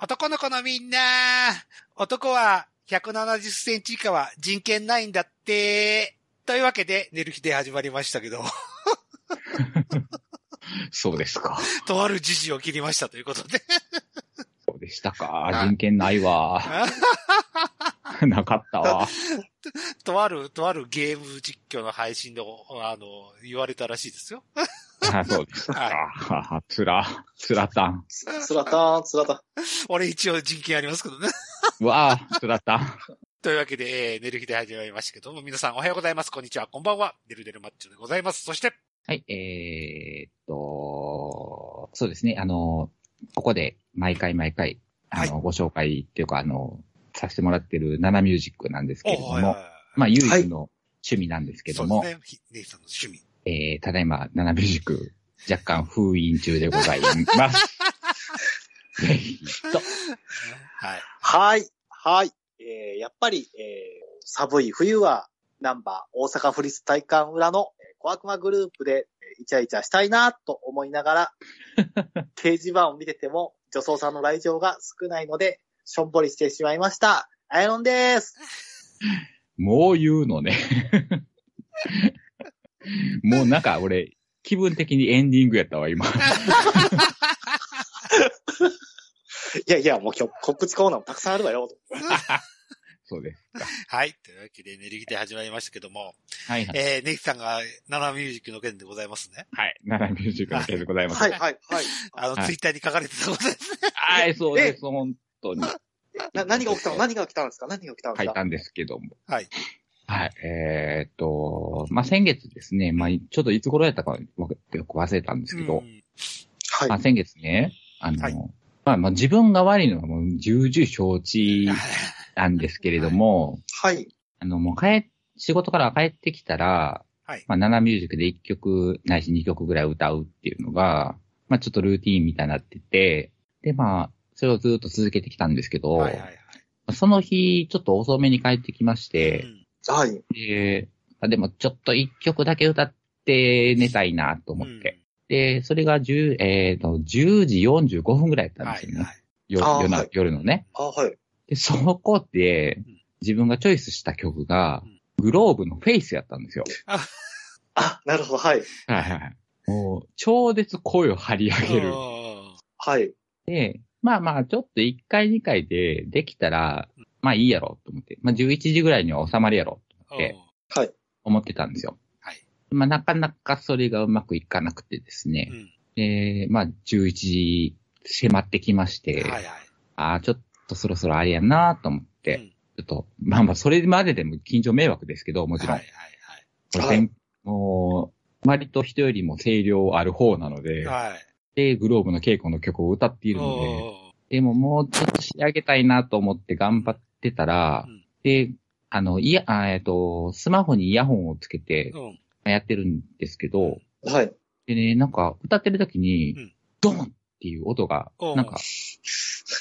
男の子のみんな男は170センチ以下は人権ないんだって。というわけで、寝る日で始まりましたけど、 そうですか。とある時事を切りましたということで。 そうでしたか。な人権ない わ。なかったわ。とある、とあるゲーム実況の配信の、あの、言われたらしいですよ。あそうですか。つら、つらたん。つらたん、つらたん。俺一応人権ありますけどね。 うわあ、つらたん。というわけで、えー寝る日で始まりましたけども、皆さんおはようございます。こんにちは。こんばんは。デルデルマッチョでございます。そして、はい、えー、っと、そうですね。あの、ここで毎回毎回、あの、ご紹介っていうか、あの、させてもらってるナナミュージックなんですけれども、はいはいはいまあ、唯一の趣味なんですけどそも、うですね。ひネイさんの趣味。えー、ただいま、ナナミュージック、若干封印中でござい ます。ぜひと。はい。はい、はい。えー、やっぱり、えー、寒い冬は、ナンバー大阪府立体育館裏のえー小悪魔グループで、えーイチャイチャしたいなと思いなが ら、掲示板を見てても、女装さんの来場が少ないので、しょんぼりしてしまいました。アイロンです。もう言うのね。もうなんか俺、気分的にエンディングやったわ、今。いやいや、もう今日、告知コーナーもたくさんあるわよ。そうです。はい。というわけで、寝る日で始まりましたけども、はいはい。えー、ネイさんが、ナナミュージックの件でございますね。はい。ナナミュージックの件でございます。はい、はい、はい。あの、はいツイッターに書かれてたことです。はい、そうです、本当に。な、何が起きたの何が起きたんですか何が起きたんで書すいかたんですけども。はい。はい。えーっと、まあ、先月ですね、まあ、ちょっといつ頃やったかわよく忘れたんですけんど、はいまあ、。先月ね、あの、はいまあ、まあ、自分が悪いのはもう重々承知なんですけれども、はい。あの、もう帰、仕事から帰ってきたら、はいまあ、7ミュージックで1曲、ないし2曲ぐらい歌うっていうのが、まあ、ちょっとルーティーンみたいになってて、で、まあ、それをずっと続けてきたんですけど、はいはいはい。その日、ちょっと遅めに帰ってきまして、うんはい。で、あでもちょっと1曲だけ歌って寝たいなと思って、。で、それが10、えーと、10時45分ぐらいだうんっはたんでいすよね。はい。夜あー夜なはい夜のね。あ、はい。で、そこでん、自分がチョイスした曲がうん、グローブのフェイスやったんですよ。あ、なるほど、はい。はいはいはい。もう、超絶声を張り上げるうん。はい。で、まあまあ、ちょっと1回2回でできたら、まあいいやろと思って、まあ11時ぐらいには収まるやろと思って、思ってたんですよ。はい。まあなかなかそれがうまくいかなくてですねう。んで、まあ11時迫ってきまして、はいはああ、ちょっとそろそろあれやなと思っい。て、うんちょっと、まあまあそれまででも近所迷惑ですけど、もちろん。はいこれはい全もう、割と人よりも声量ある方なので、はいはい。はい。で、グローブの稽古の曲を歌っているので、おーでももうちょっと仕上げたいなと思って頑張ってたら、うんで、あの、いや、あえっと、スマホにイヤホンをつけてうん。やってるんですけど、はい。でね、なんか歌ってる時に、うんドンっていう音が、おうなんか、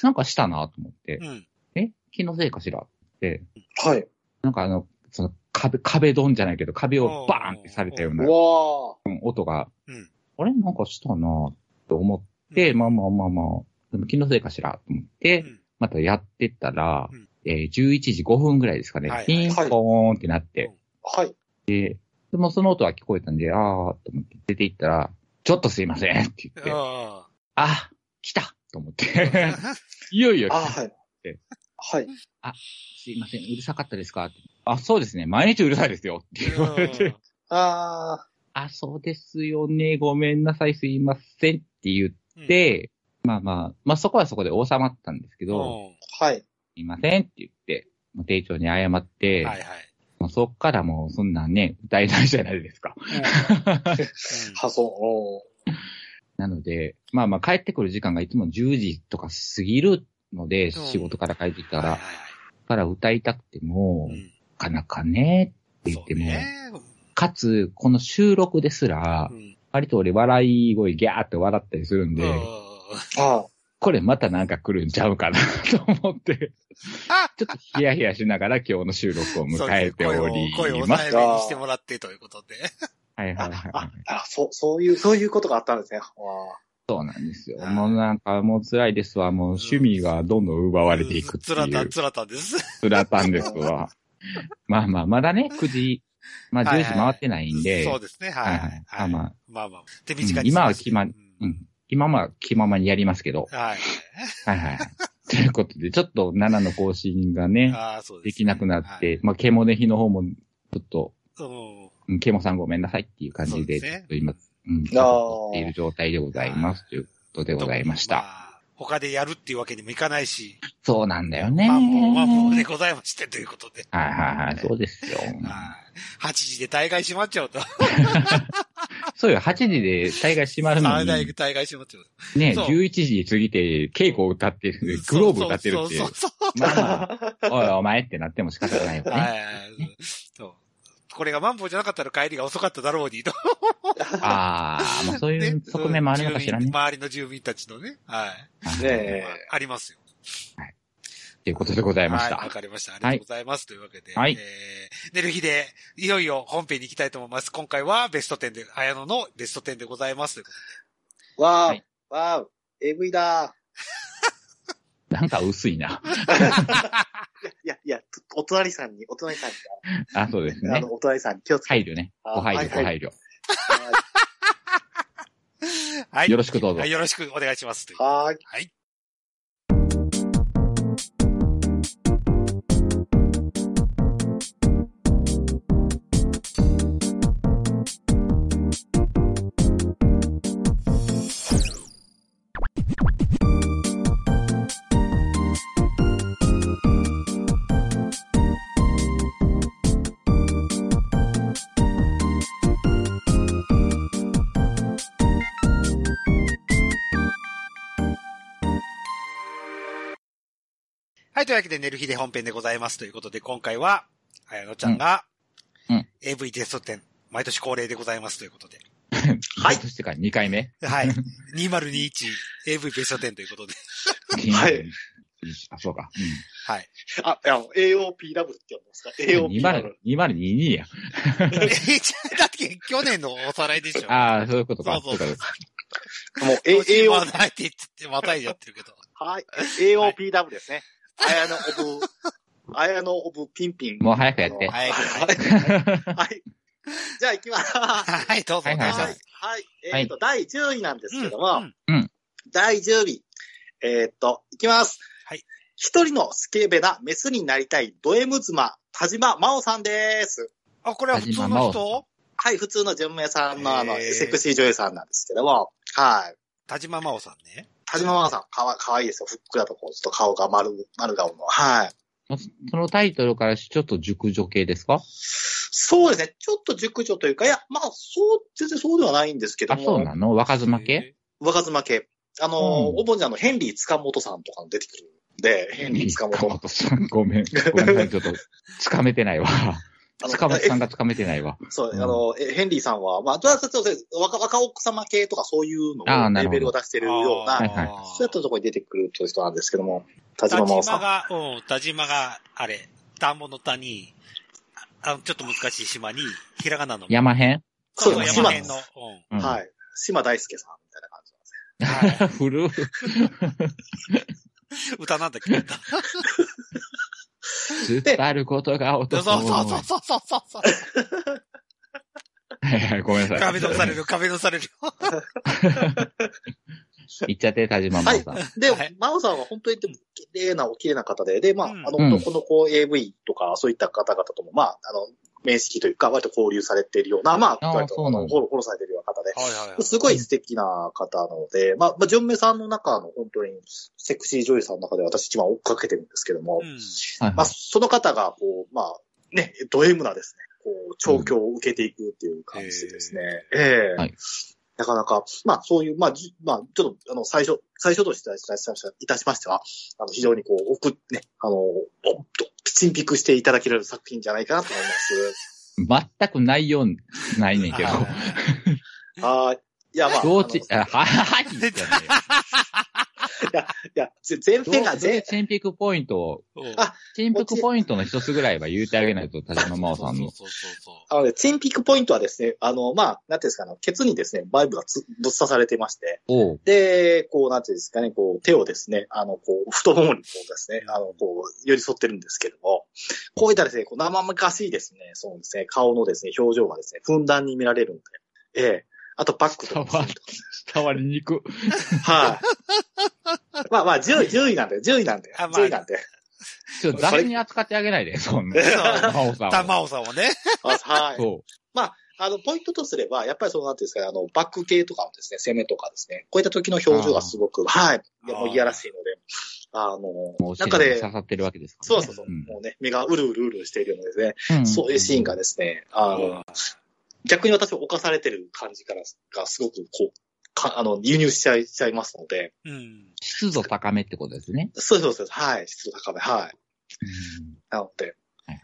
なんかしたなと思って、うん。え気のせいかしらって、はい。なんかあの、その壁、壁ドンじゃないけど、壁をバーンってされたよううなわ音が、うんあれなんかしたなと思って、まあまあまあまあ、でも気のせいかしらと思って、うんまたやってたら、うんえー11時5分ぐらいですかね、はいはいピンポーンってなって、はいー。はい。でもその音は聞こえたんで、あーと思って出て行ったら、ちょっとすいませんって言って、あああ、来たと思っーて、 いよいよあ、来た、はいえ。はい。すいません、うるさかったですかってあ、そうですね、毎日うるさいですよって言われて、あ あ、そうですよね、ごめんなさい、すいませんって言っうん、て、まあまあ、まあそこはそこで収まったんですけうんど、ー。はい。すいませんって言って、もう店長に謝って、はいはい。もうそっからもうそんなんね、歌えないじゃないですか。は、そう。なので、まあまあ帰ってくる時間がいつも10時とか過ぎるので、仕事から帰ってきたはいはいら、から歌いたくても、うなんかなかね、って言そっうても、ねかつ、この収録ですらう、ん割と俺笑い声ギャーって笑ったりするんで、うんあこれまたなんか来るんちゃうかなと思って、ちょっとヒヤヒヤしながら今日の収録を迎えておそりうですね声を声をます。抑えめにしてもらってということで。はいあ。はいはいあ、あ、そう、そういう、そういうことがあったんですね。わそうなんですよ。はいもうなんかもう辛いですわ。もう趣味がどんどん奪われていくってつらいた、う。つらたです。辛たんです わ。まあまあ、まだね、9時、まあはい10はい時回ってないんで、そうですね、ははいいははいい。まあまあまあまあ。手短うんにし今はますけど。決まんうん今まあ気ままにやりますけど、はい。は いはい。ということで、ちょっと7の更新がね、ああ、そうでですね。きなくなって、はいまあ、ケモネヒの方も、ちょっと、うんうんケモさんごめんなさいっていう感じそうでで、ちすょねっと今、うん、ちょっと撮っている状態でございます。ということでございましまた。あ他でやるっていうわけにもいかないし、そうなんだよね。まあもう、まあもうではございましてということで。いはいはい、そうですよ。はい。8時で大概閉まっちゃうと。そうよ、8時で大概閉まるの大に、概大概閉まっちゃう。ね、そう11時過ぎて稽古を歌ってる、グローブ歌ってるってそう、そうそうまあまあ、おいお前ってなっても仕方がないよそう。はいね。はいはい。そう。これがマンボウじゃなかったら帰りが遅かっただろうにと。ああ、 まあそういう側面もあるのかしらね住民。周りの住民たちのね。はい。はいねえまあありますよ。ということでございましはい、たわ。かりました。ありがとうございます。というわけで、はいえー、寝る日で、いよいよ本編に行きたいと思います。今回はベスト10で、綾野のベスト10でございます。わはーいお、わーお、えぐいだなんか薄いな。ー。いや、いや、お隣さんに、お隣さんに、あ、そうですあねの、。お隣さんに気をつけ配て。慮ね。あご配慮、はごいは配い慮。はい。よろしくどうぞはい、よろしくお願いします。というはーい。はーい。はい。はい、というわけで、寝る日で本編でございます。ということで、今回は、綾野ちゃんが、うんうん AV ベスト10、毎年恒例でございますということで。はい。そしてから2回目。 はい。2021 AV ベスト10ということで。はいあ、そうか。はい。 あ、いや、AOPW って呼んでますかうん ?AOPW。 2022や。えじゃ あだって去年のおさらいでしょ。ああ、そういうことか。そうそうそうかも う、え、え、 A、ま AO、ないって言って、またいじゃってるけど。はい。AOPW ですね。あやのオブ、あやのオブピンピン。もう早くやって。はい。はい。じゃあ行きます。ははい、どうぞ。はいおい。願はしますはい。えっ、と、第10位なんですけども、うんうん第10位。えっ、と、行きます。はい。一人のスケベなメスになりたいド M 妻、田島真央さんです。あ、これは普通の人はい、普通の純明さんのあの、へーセクシー女優さんなんですけども、はい。田島真央さんね。田島真央さん、かわかわいいですよ。ふっくらとこう、ちょっと顔が丸、丸顔の。はい。そのタイトルからしてちょっと熟女系ですかそうですね。ちょっと熟女というか、いや、まあ、そう、全然そうではないんですけどあ、も。そうなの若妻系若妻系。あのー、うんお盆じゃんのヘンリー塚本さんとかも出てくるんで、ヘンリー塚塚本。本さん、ごめん。ごめんなさい。ちょっと、つかめて ないわ。あの塚本さんえがつかめてないわ。そう、うんあの、えヘンリーさんは、まあ、どうやってそうです若若奥様系とかそういうのあーをなるほどレベルを出してるようあな、ーはいはいそういったところに出てくるという人なんですけども、田田島真央さ島ん。が、うん、田島が、あれ、田んぼの田に、ああの、ちょっと難しい島に、ひらがなの。山編そうそう山辺の。うん。う島んはい。島大輔さんみたいな感じなんですね。古い。歌なんだっけ 歌伝わることがそう男そうのそうそうそうそうそう。はいはい、ごめんなさい。壁ドンされる、壁ドンされる。言っちゃって、田島真央さん。で、はい真央さんは本当にでも、綺麗な、お綺麗な方で、で、まあ、うんあうんの、男の子 AV とか、そういった方々とも、まあ、あの、面識というか、割と交流されているような、まああ、ー割とフそうなんだォローフォローされているような方で、はいはいはい。すごい素敵な方なので、まあ、まあ、純明さんの中の本当にセクシー女優さんの中で私一番追っかけてるんですけども、うんはいまはあ、その方が、こう、まあ、ね、ド M なですね、こう、調教を受けていくっていう感じですね。ええはいなかなか、まあ、そういう、まあ、じまあ、ちょっと、あの、最初、最初としていたしましては、あの、非常にこう、奥、ね、あの、おっと、ピチンピクしていただける作品じゃないかなと思います。い。全く内容ないねんけどは。いはいはいああ、いや、まあ、どうち、あのあはいはいって言ったねいや、ぜ前ど編がうどういう全、チェンピクポイントを、うんあチェンピクポイントの一つぐらいは言うてあげないと、田島真央さんの。そうそうそうあのね、チンピクポイントはですね、あの、まあ、なんていうんですかね、ケツにですね、バイブがつぶっ刺されてまして、おうで、こう、なんていうんですかね、こう、手をですね、あの、こう、太ももにこうですね、あの、こう、寄り添ってるんですけども、こういったですね、こう、生々しいですね、そうですね、顔のですね、表情がですね、ふんだんに見られるんで、ええあと、バックと伝かわり、伝わりにく。はい。まあまあ、10位、10位なんで、10位なんで、あまあ10位なんで。 ちょっと雑に扱ってあげないで、 そんな。そう真央さんたを。まおさんもね。あはい。そあの、ポイントとすれば、やっぱりその、なんていうんですかね、あの、バック系とかのですね、攻めとかですね、こういった時の表情がすごく、はい、いやもういやらしいので、あう。もうの、背中中でで、刺さってるわけですからそうね。そうそう、んもうね、目がうるうるうるしているのでね、んそういうシーンがですね、あの、逆に私は侵されてる感じから、がすごくこう、かあの、輸入しちゃいしちゃいますので、うん。湿度高めってことですね。そうそうそう、はい、湿度高め、はい。うんなのではい、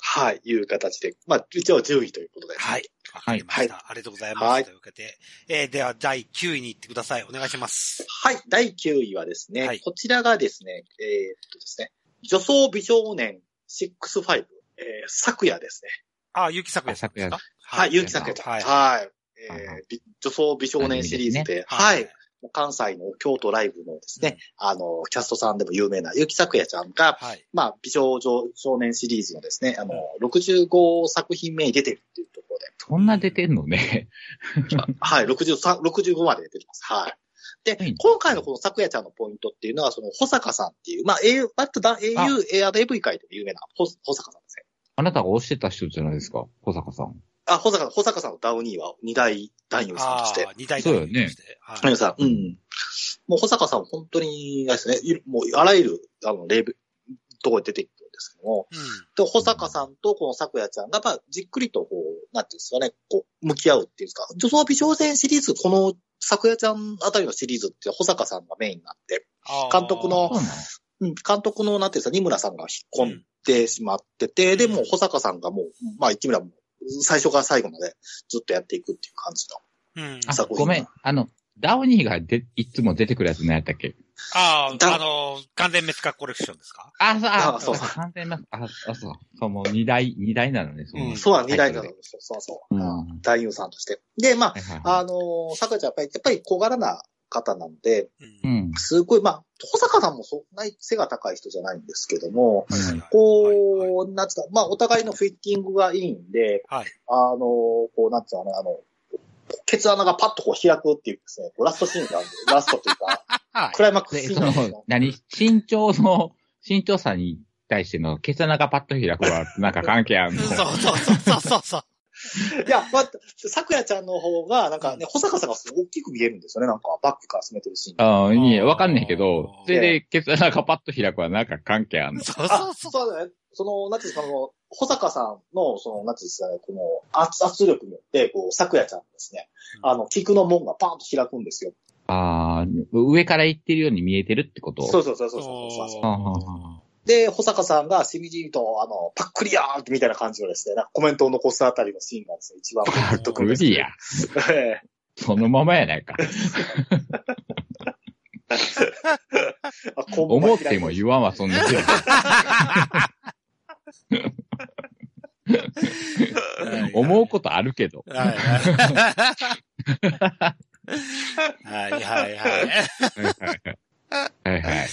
はい、いう形で、まあ、一応10位ということで。はい。わかりました。ありがとうございます。はいというわけで、えーでは第9位に行ってください。お願いします。はい、第9位はですね、はいこちらがですね、えーっとですね、女装美少年65、えー、昨夜ですね。あ、ゆきさくやさんですかはい、ゆき結さ城さくんやと。ははいい。。あえーび女装美少年シリーズで、ははいい。もう関西の京都ライブのですね、あの、キャストさんでも有名な結城咲夜ちゃんが、はい。まあ、美少女少年シリーズのですね、あの、65作品目に出てるっていうところで、そんな出てんのね。はい、63、65まで出てます。はい。ではい、今回のこの昨夜ちゃんのポイントっていうのは、その、保坂さんっていう、まあ、au、バットだ、あ au、えーあの AV 界でも有名な保保坂さんですね。あなたが推してた人じゃないですか、小坂さん。あ、保坂、保坂さんのダウニーは二大男優さんあとしてあ。、二大そう代よねとして。は男い。優さん、うん。もう保坂さんは本当に、あれですね、いもう、あらゆる、あの、レベル、ところに出てくるんですけども、うん。で、保坂さんとこの咲夜ちゃんが、まあ、じっくりとこう、なんていうんですかね、こう、向き合うっていうんですか、女装美少年シリーズ、この咲夜ちゃんあたりのシリーズって保坂さんがメインになって、あー監督のそうなのうん、監督の、なんていうんですか、二村さんが引っ込んでしまってて、で、もう保坂さんがもう、まあ、一村も、最初から最後までずっとやっていくっていう感じの。うん。あ、作品ごめん。あの、ダウニーがでいつも出てくるやつ何やったっけああ、だあの、完全滅活コレクションですかあ、そう、あ、あそうそう、完全な、あ、あそう、そう、もう二台、二台なのね、そのうんそうは二代なはのい。そうそうそうう。ん男優さんとして。で、まはいはいあ、はあのー、坂ちゃんやっぱり、やっぱり小柄な方なので、う。い。うんん。すごい、まあ、保坂さんもそんなに背が高い人じゃないんですけども、はいはいはいはいこう、なんつうか、まあ、お互いのフィッティングがいいんで、はいあの、こう、なんつうのかな、あの、ケツ穴がパッとこう開くっていうですね、こうラストシーンがあるんで、ラストというか、はいクライマックスで、シーそンなんですよの、何、身長の、身長差に対しての、ケツ穴がパッと開くは、なんか関係あるうんのそうそうそうそうそう。いや、まあ、咲夜ちゃんの方が、なんかね、保坂さんがすごい大きく見えるんですよね、なんか、バックから進めてるシーン。ああ、いいえ、あーわかんないけど、それで、ケツ穴がパッと開くは、なんか関係あるのそうそうそう。そうだね。その、なんていうんですか、その、保坂さんの、その、なんていうんですかね、この圧、圧力によって、こう、咲夜ちゃんのですね、うんあの、菊の門がパーンと開くんですよ。ああ、上から行ってるように見えてるってこと。そううそうそうそうそうそう。ああで、保坂さんがしみじみと、あの、パックリアーみたいな感じのですね、なんかコメントを残すあたりのシーンがですね、一番グッとあくあ、るん無です理や。えそのままやないか。え あこんばんは思っても言わんわ、そんなこと。思うことあるけど。はいはい。はいはいはい。はいはい。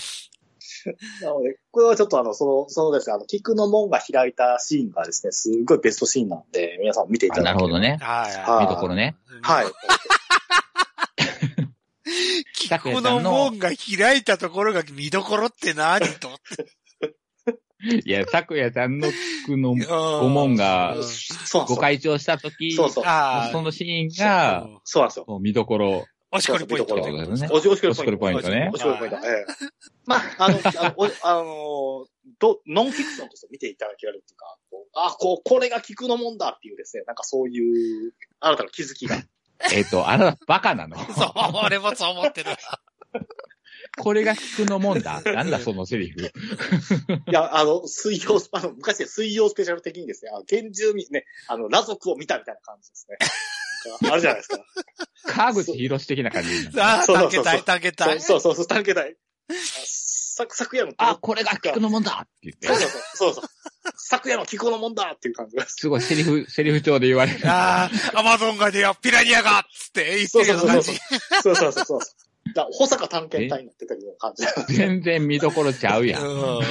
なので、これはちょっとあの、その、そのですね、あの、菊の門が開いたシーンがですね、すごいベストシーンなんで、皆さん見ていあたなるだけれほばどね。は見どころね。い。。はいい。北こ谷さのんの、門が開いたところが見どころって何と思って。いや、拓也さんの菊のうご門がんそうごなん開帳したとき、ですよ。そうそそう。ああのシーンが、そうなんですよ。もう見どころ。おしこりポイントそうそう見どころねおしおしこおしこりりポポイインントトねおしこりポイント。ええまあ、あの、あの、おあのど、ノンフィクションとして見ていただけられるっていうか、こうあ、こう、これが菊の門だっていうですね、なんかそういう、新たな気づきが。えっと、あなたバカなの。そう、俺もそう思ってる。これが菊のもんだ。なんだそのセリフ。いや、あの、水曜、あの、昔ね水曜スペシャル的にですね、あの、原住民ね、あの、裸族を見たみたいな感じですね。か。あるじゃないですか。川口博士的な感じ。ああ、そうそ探検うそ隊、う探検隊。そうそうそう、探検隊。あサクサクやの。あ、これが菊のもんだって言そうって。そうそう。そうそう。サクやの気候のもんだっていう感じがすごいセリフ、セリフ調で言われる。ああ、アマゾンがでよ、ピラニアがつって言ってるような感じ。そうそうそうそう。だから保坂探検隊になってたような 感じ。全然見どころちゃうやん。う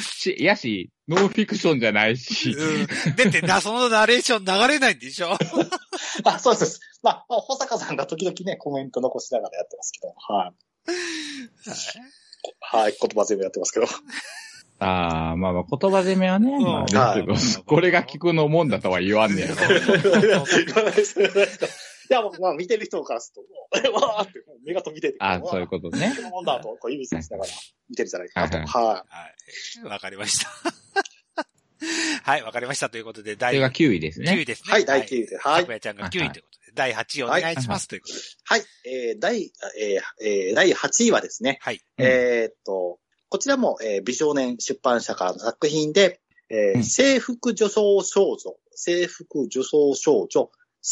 し、やし、ノンフィクションじゃないし。んうんだってな、そのナレーション流れないんでしょあ、そうです。まあ、まあ保坂さんが時々ね、コメント残しながらやってますけど、はい。はい、言葉全部やってますけど。ああ、まあまあ、言葉攻めはね、んまあですけどはいこれが菊のもんだとは言わんねやろ。 いや、まあ、見てる人からすると、もうわーって、もう目が飛び出てくる。ああ、そういうことね。このもんだと、こう指さしながら見てるじゃないかなと。ははい。わかりました。はい、わかりました。ということで、そ第れが9 9位ですね。位ですい。ね。はい、第9位で。ははいい。。やちゃんが9位ということで、第8位お願いします。ということで。はい。えー第、えーえー第8位はですね、はい。うんえーっと、こちらも、えー美少年出版社からの作品で、えーうん制服女装少女、制服女装少女、好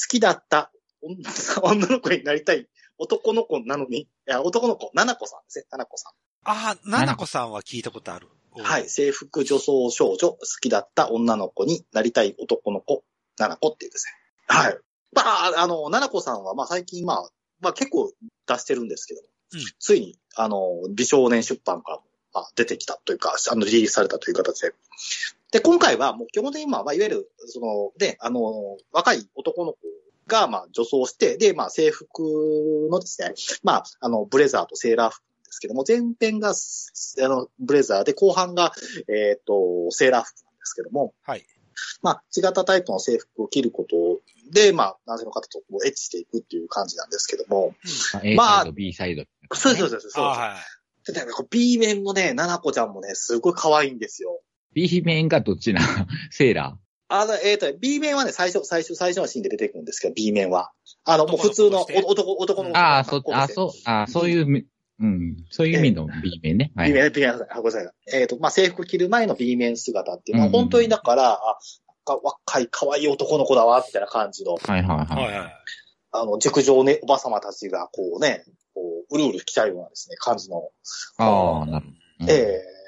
きだった女女の子になりたい男の子なのに、いや男の子、七子さんですね、七子さああ、ななこさんは聞いたことある。ん。はい。制服女装少女、好きだった女の子になりたい男の子、七子っていうですね。はい。まあ、あの、七子さんは、まあ最近、まあ、まあ結構出してるんですけど、うんついに、あの、美少年出版からも、まあ、出てきたというか、あの、リリースされたという形で。で、今回は、もう基本的に、まあ、まあいわゆる、その、で、あの、若い男の子が、まあ、女装して、で、まあ、制服のですね、まあ、あの、ブレザーとセーラー服なんですけども、前編が、すあの、ブレザーで、後半が、えっ、と、セーラー服なんですけども、はい。まあ、違ったタイプの制服を着ることで、まあ、男性の方とこうエッチしていくっていう感じなんですけども、 A まあサイド、B サイド。そうそうそうあそう。あはい。で、なんかこう B 面もね、ななこちゃんもね、すごい可愛いんですよ。 B 面がどっちなセーラあの、えっ、と、B 面はね、最初、最初、最初のシーンで出てくるんですけど、B 面は。あの、もう普通の男の子としてお男、男のー子。ああ、そ、格好あしてそう、あそういうみ、うん、そういう意味の B 面ね。は B い。面、B 面、あごめんなさい。えっ、と、まあ、制服着る前の B 面姿っていうのは、うんうん本当にだから、あ、なんか若い、可愛い男の子だわ、みたいな感じの、はいはいはい。はいはい。あの、熟女ね、おば様たちが、こうね、こう、うるうる来ちゃうようなですね、感じのああ、なるほど。ええ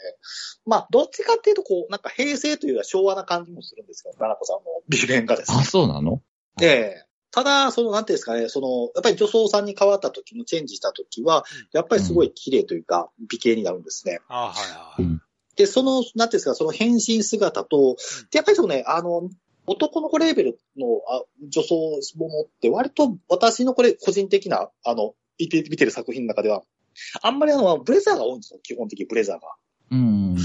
まあ、どっちかっていうと、こう、なんか平成というよりは昭和な感じもするんですけど、奈々子さんの美弁がですあ、ね。そうなのええただ、その、なんていうんですかね、その、やっぱり女装さんに変わった時のチェンジした時はうん、やっぱりすごい綺麗というか、美形になるんですね。ああ、はいはい。で、その、なんていうんですか、その変身姿と、でやっぱりそのね、あの、男の子レベルのあ女装ものって、割と私のこれ、個人的な、あの、見て見てる作品の中では、あんまりあの、ブレザーが多いんですよ、基本的にブレザーが。うん。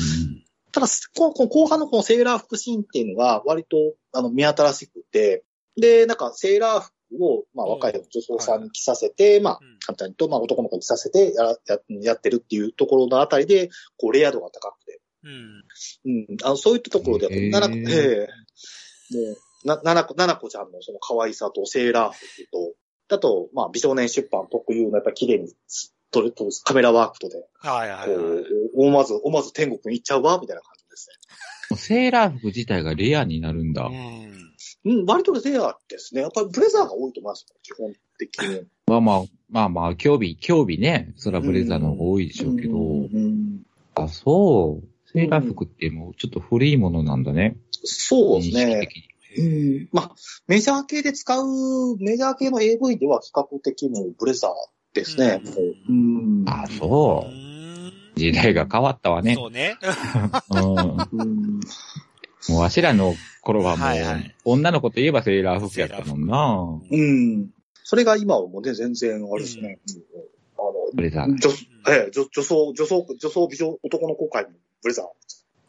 ただ、すこうこう後半のこのセーラー服シーンっていうのが割とあの見新しくて、で、なんかセーラー服を、まあ、うん若い女装さんに着させて、まあうん、簡単に言うと、まあ、男の子に着させてやらややってるっていうところのあたりで、こう、レア度が高くて、うん。うん、あのそういったところで、へーななこ、ええもう、な、ななこ、ななこちゃんのその可愛さとセーラー服と、だと、まあ、美少年出版特有のやっぱり綺麗に撮る、撮るカメラワークとで、はいはいこはうい。、思わず、思わず天国に行っちゃうわ、みたいな感じですね。セーラー服自体がレアになるんだ。うん。うん、割とレアですね。やっぱりブレザーが多いと思いますよ、基本的に。まあまあ、まあまあ、競技、競技ね、そらブレザーの方が多いでしょうけど、うんあ、そう。セーラー服ってもうちょっと古いものなんだね。そうです認識ね。的にうん、まあ、メジャー系で使う、メジャー系の AV では比較的もうブレザーですね。うんもううんあ、そうう。ん時代が変わったわね。そうね。うん。もうんうわしらの頃はもうはいはい、女の子といえばセーラー服やったもんな。うん。それが今はもうね、全然あれですね。うんブレザあーの、が。女、ええ、女女装、女装、女装美女、男の子会もブレザ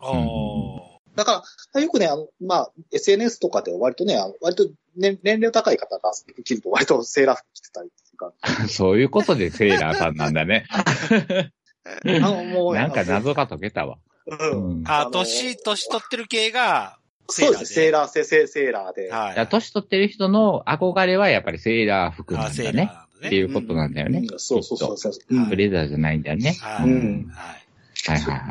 ー。おおだから、よくね、あの、まあ、SNS とかでは割とね、あの割と年年齢高い方が着ると割とセーラー服着てたりっていうか、 そういうことでセーラーさんなんだね。あの、もう、なんか謎が解けたわ。う。うんん。ああ、の年、年取ってる系が、そうですね、セーラー、セセセーラーで。はい。だから年取ってる人の憧れはやっぱりセーラー服なあ、んセだーラーね。なんだっていね。うことなんだよね。うんそうそうそうそう。ううんんブレザーじゃないんだよね。はういん。はい。はいはいはいは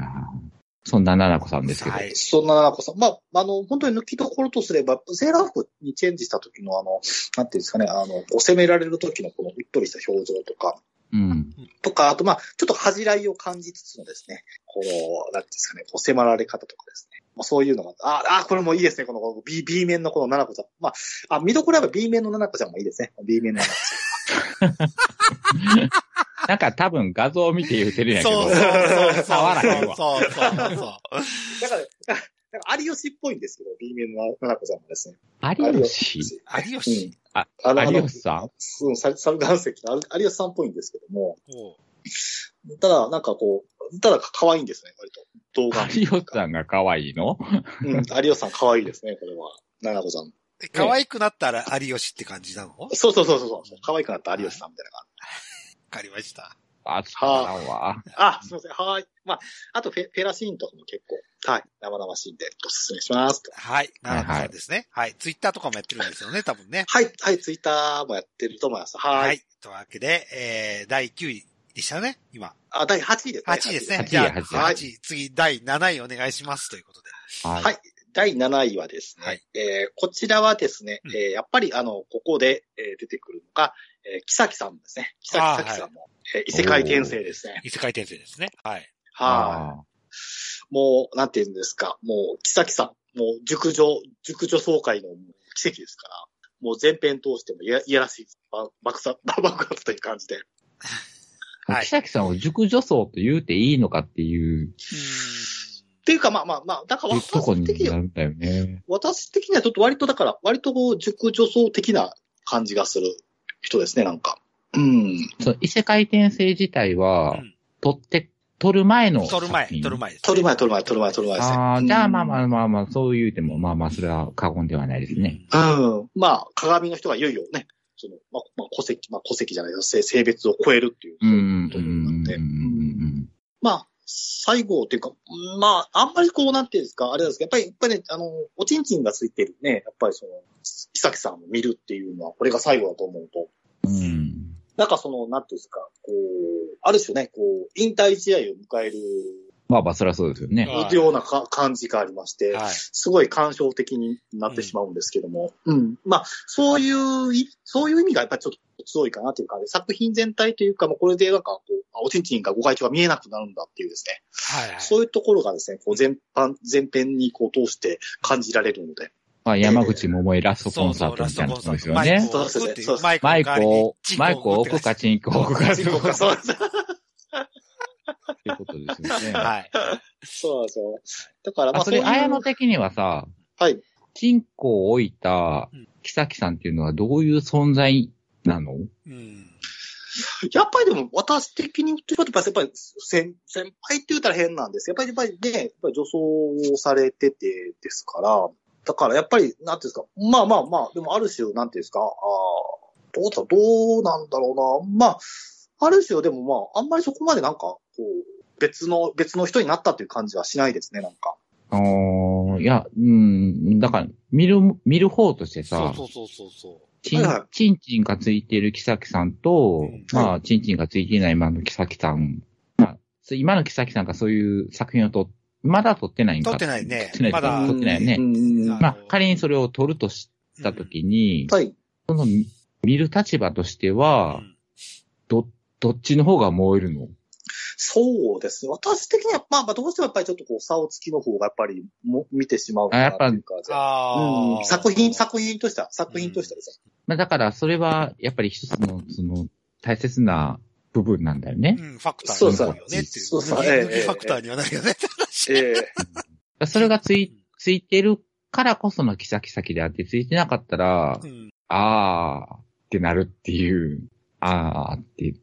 い。そんな奈々子さんですけど。はいそんな奈々子さん。まあ、あの、本当に抜きどころとすれば、セーラー服にチェンジした時の、あの、なんていうんですかね、あの、こう攻められる時のこのうっとりした表情とか、うん。とか、あと、まあ、ちょっと恥じらいを感じつつのですね、こう、なんていうんですかね、こう迫られ方とかですね。まあ、そういうのが、ああ、これもいいですね、このこの B、B 面のこの奈々子ちゃん。まあ、あ、見どころは B 面の奈々子ちゃんもいいですね。B 面の奈々子ちなんか多分画像を見て言うてるんやけど。そうそうそうそう。触らへんわそうそうそうそう。ゃん。だから、 なんか有吉っぽいんですけど、B 面の奈々子ちゃんもですね。有吉有う吉ん。あの、あ有の、吉さんうん猿猿岩石の有吉さんっぽいんですけども、おうただ、なんかこう、ただ可愛いんですね、割と。動画。有吉さんが可愛いのうん、有吉さん可愛いですね、これは。奈々子さん。え可愛くなったら有吉って感じなのわそうそうそうそう。可愛くなった有吉さんみたいな感かりました。あ、つまらんわ。じ。あ、すいません、はーい。まあ、あとフェ、フェラシーンとかも結構、はい、生々しいんで、おすすめします。はい。奈々子さんですね。はい。ツイッターとかもやってるんですよ ね、多分ね。はい、はい、ツイッターもやってると思います。はーい。はい。というわけで、えー、第9位でしたね、今。あ、第8位ですね。 8位です8ね。位じゃあ、 8位8位、次、第7位お願いします、ということで。はいはい第7位はですね、はいえーこちらはですね、うんえーやっぱりあの、ここで、えー出てくるのが、えー、キサキさんですね。キサあーキさんも、えー異世界転生ですね。異世界転生ですね。はい。はい。もう、なんて言うんですか、もう、キサキさん、もう、熟女、熟女総会の奇跡ですから、もう前編通してもいやいやらしいば爆発、 爆発という感じで。はい木崎さんを熟女層と言うていいのかっていうーう、ん。っていうか、まあまあまあ、だからいうとこ私に的になは、るんだよね。私的にはちょっと割とだから、割とこう、熟女層的な感じがする人ですね、なんか。うん。その異世界転生自体は、うん撮って、撮る前の作取る前、品。取る前ですね。撮る前、撮る前、撮る前、撮る前ですね。ああ、じゃあうんまあまあまあまあ、そう言うても、まあまあ、それは過言ではないですね。うん。まあ、鏡の人がいよいよね、その、まあ、まあ、戸籍、まあ、戸籍じゃないよ、性性別を超えるっていう、うそんうういんううんところなんで。うんうんまあ、最後っていうか、まあ、あんまりこう、なんていうんですか、あれなんですけど、やっぱり、やっぱりね、あの、おちんちんがついてるね、やっぱりその、木崎さんを見るっていうのは、これが最後だと思うと、うんうん。なんかその、なんていうんですか、こう、ある種ね、こう、引退試合を迎えるまあまあ、そりゃそうですよね。はいようなか感じがありまして、はい。すごい感傷的になってしまうんですけども、うん。まあ、そういうい、そういう意味がやっぱりちょっと強いかなというか、作品全体というか、もうこれでなんかこう、あおちんちんがご会長が見えなくなるんだっていうですね、はいはい。そういうところがですね、こう全般、全編にこう通して感じられるので、まあ、山口桃江ラストコンサートみたいなとこですよね。そうそうラストコンサートそうマイクマをイク代わりにを、チンコマイクを置くかチンコを置くかっていそうう かそうですことですよね。はい。そうなんですよ。だから、まあ、あ、それ、ういう綾野的にはさ、はい。チンコを置いたうん、木崎さんっていうのはどういう存在なのうん。やっぱりでも、私的に言ってしまうと、やっぱり先先輩って言ったら変なんです。やっぱり、やっぱりね、やっぱり女装をされててですから、だからやっぱり、なんていうんですか、まあまあまあ、でもある種、なんていうんですか、ああ、どうだ、どうなんだろうな。まあ、ある種、でもまあ、あんまりそこまでなんか、こう、別の、別の人になったという感じはしないですね、なんか。あーいや、うん、だから、見る、見る方としてそうさ、そうそうそうそチンはいはい、チンチンがついてる木崎さんとうん、まあ、チンチンがついていない今の木崎さん、まあ、そう今の木崎さんがそういう作品をと、まだ撮ってないんか撮ってないね撮ってないまだ撮ってないよねう。んあまあ、仮にそれを撮るとしう。たときに、はい。見る立場としてうん、はう、んど、どっちの方が燃えるのそうですね。私的には、まあまあ、どうしてもやっぱりちょっとこう、差をつきの方がやっぱりも、見てしまうかなっていう感じはあうあ。ん作品、作品としては、作品としてはですね。まあ、だから、それは、やっぱり一つの、その、大切な部分なんだよね。うん、ファクターになるよねっていう。そうそう抜きええ抜きファクターにはなるよねって話。ええそれがつういん、ついてるからこそのキサキサキであって、ついてなかったら、うん。あーってなるっていう、あーって。うん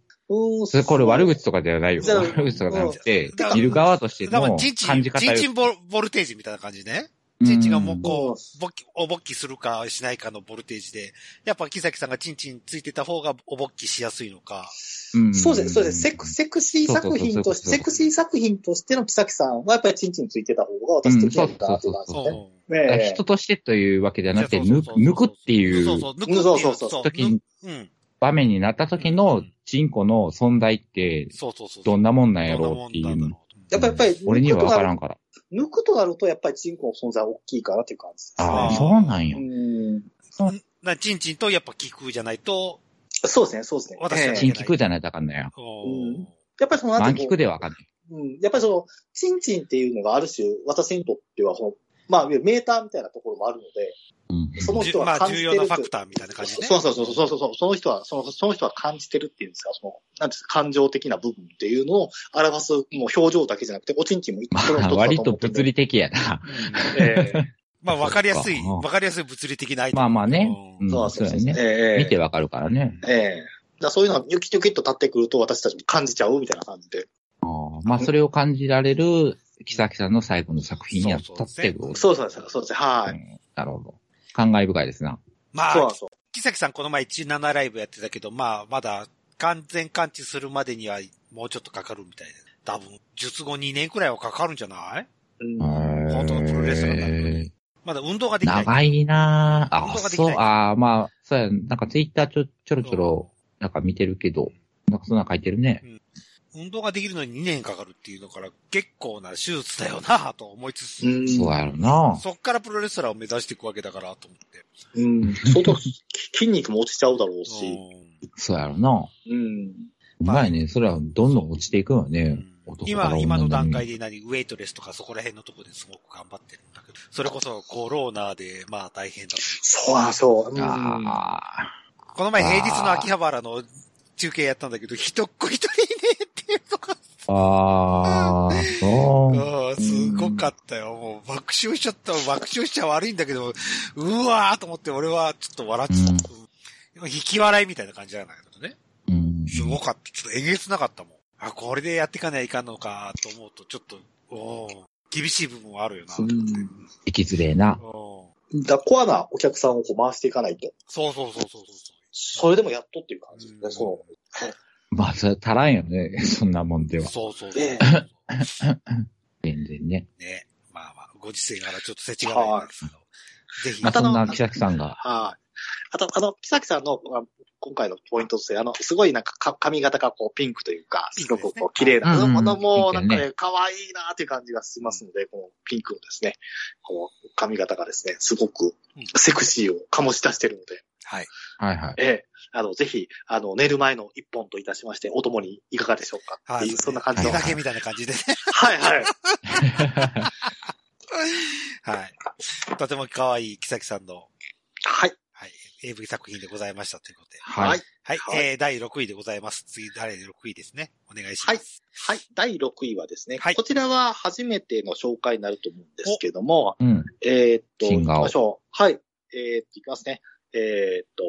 それ、これ悪口とかではないよ。じゃあ悪口とかじゃなくてだか、ら見る側としてだから、のチンチン、感じ方チンよチンボボルテージみたいな感じね。うんチンチンがもうこうう、ぼっき、おぼっきするかしないかのボルテージで、やっぱ木崎さんがチンチンついてた方がおぼっきしやすいのか。うんそうですね、そうですね。セク、セクシー作そ品として、うそうそうそうセクシー作品としての木崎さんはやっぱりチンチンついてた方が私的にはいいかなっていう感じでん。すね。だからねえ人としてというわけじゃなくて、そうそう抜そう抜くっていそううそう、抜くっていう。そうそうそう時にうん。場面になった時の、チンコの存在って、そうそうそう。どんなもんなんなやもんろうっていう。なんだろうやっぱやっぱり、俺には分からん。んから。抜くとなると、やっぱりチンコの存在は大きいかなっていう感じですね。ああ、そうなんよう。ん。な、チンチンとやっぱ聞くじゃないと、そうですね、そうですね。私はええ新規空じゃないとあかんのよ。おーやっぱりそのなんてい満うの菊ではあかんない。うん。やっぱりその、チンチンっていうのがある種、私にとっては、その、まあ、いわゆるメーターみたいなところもあるので、うん。そのじゅ人はまあ感じ重てる要なファクターみたいな感じね。そうそうそうそうそうそう、その人は、そのその人は感じてるっていうんですか、その、なんていうんですか、感情的な部分っていうのを表す、もう表情だけじゃなくて、おちんちんも一ま個の一つだあ、思って割と物理的やな。うんええまあわかりやすい、そっかわかりやすい物理的なアイテムまあまあね。うんんそうそうそう。やええ見てわかるからね。ええだからそういうのがニョキニョキっと立ってくると私たちも感じちゃうみたいな感じで。まあ、それを感じられる、木崎さんの最後の作品にはそう立そうってくる。そうそうそう、そうですね。はうい。んなるほど。感慨深いですな。まそうなんあで、すよ。木崎さんこの前17ライブやってたけど、まあまだ完全完治するまでにはもうちょっとかかるみたいで。多分、術後2年くらいはかかるんじゃないうん本当のプロレスラーだねまだ運動ができない。長いなぁ。あ、運動ができそなう、いあーまあ、そうや、なんかツイッターちょちょろちょろ、なんか見てるけど、なんかそんなの書いてるね。運動ができるのに2年かかるっていうのから結構な手術だよなぁと思いつつ、うんそうやろなそっからプロレスラーを目指していくわけだからと思って。うん。相当き筋肉も落ちちゃうだろうし。うんそうやろなうん。うまいね。それはどんどん落ちていくよね。男だ今ろ、う今の女だろ段う階で何、ウェイトレスとかそこら辺のとこですごく頑張ってるんだけど、それこそコロナで、まあ大変だとそうなんですよ。うんあこの前平日の秋葉原の中継やったんだけど、人っ子一人いねえっていうのあ。ああ、そう。が、うん、すごかったよ。もう爆笑しちゃった。爆笑しちゃ悪いんだけど、うわーと思って俺はちょっと笑っちゃった。うん引き笑いみたいな感じじゃないけどね。うん。すごかった。ちょっとえげつなかったもん。あ、これでやっていかないいかんのかと思うと、ちょっと、おー厳しい部分はあるよな。ううんん生きづれえな。だからコアなお客さんをこう回していかないと。そうそうそうそうそう。それでもやっとっていう感じですうね。んそまあ、それは足らんよね。 そんなもんでは。そうそうそう。え全然ね。ね。まあまあ、ご時世からちょっとせちがないんですけど。ぜひ。まあ、たそのんな木崎さんがう。。はい。あと、あの、木崎さんのあ今回のポイントとして、あの、すごいなんかか髪型がこうピンクというか、すごくこう綺麗な。うんうんこのもうピなンんクかねね、可愛いなっていう感じがしますので、このピンクのですね、この髪型がですね、すごくうんセクシーを醸し出してるので、はい。はいはい。ええ、あの、ぜひ、あの、寝る前の一本といたしまして、お供にいかがでしょうかっていう、そんな感じの。手はだいけみたいな感じでね。はい。はい。とても可愛い木崎さんの、はい。はい、AV 作品でございましたということで。はい。。はい。はいえー、第6位でございます。次、第6位ですね。お願いします。はい。第6位はですね、はいこちらは初めての紹介になると思うんですけども、うん。えーっと、シンガーを行きましょう。はい。えーっと、いきますね。えーっと、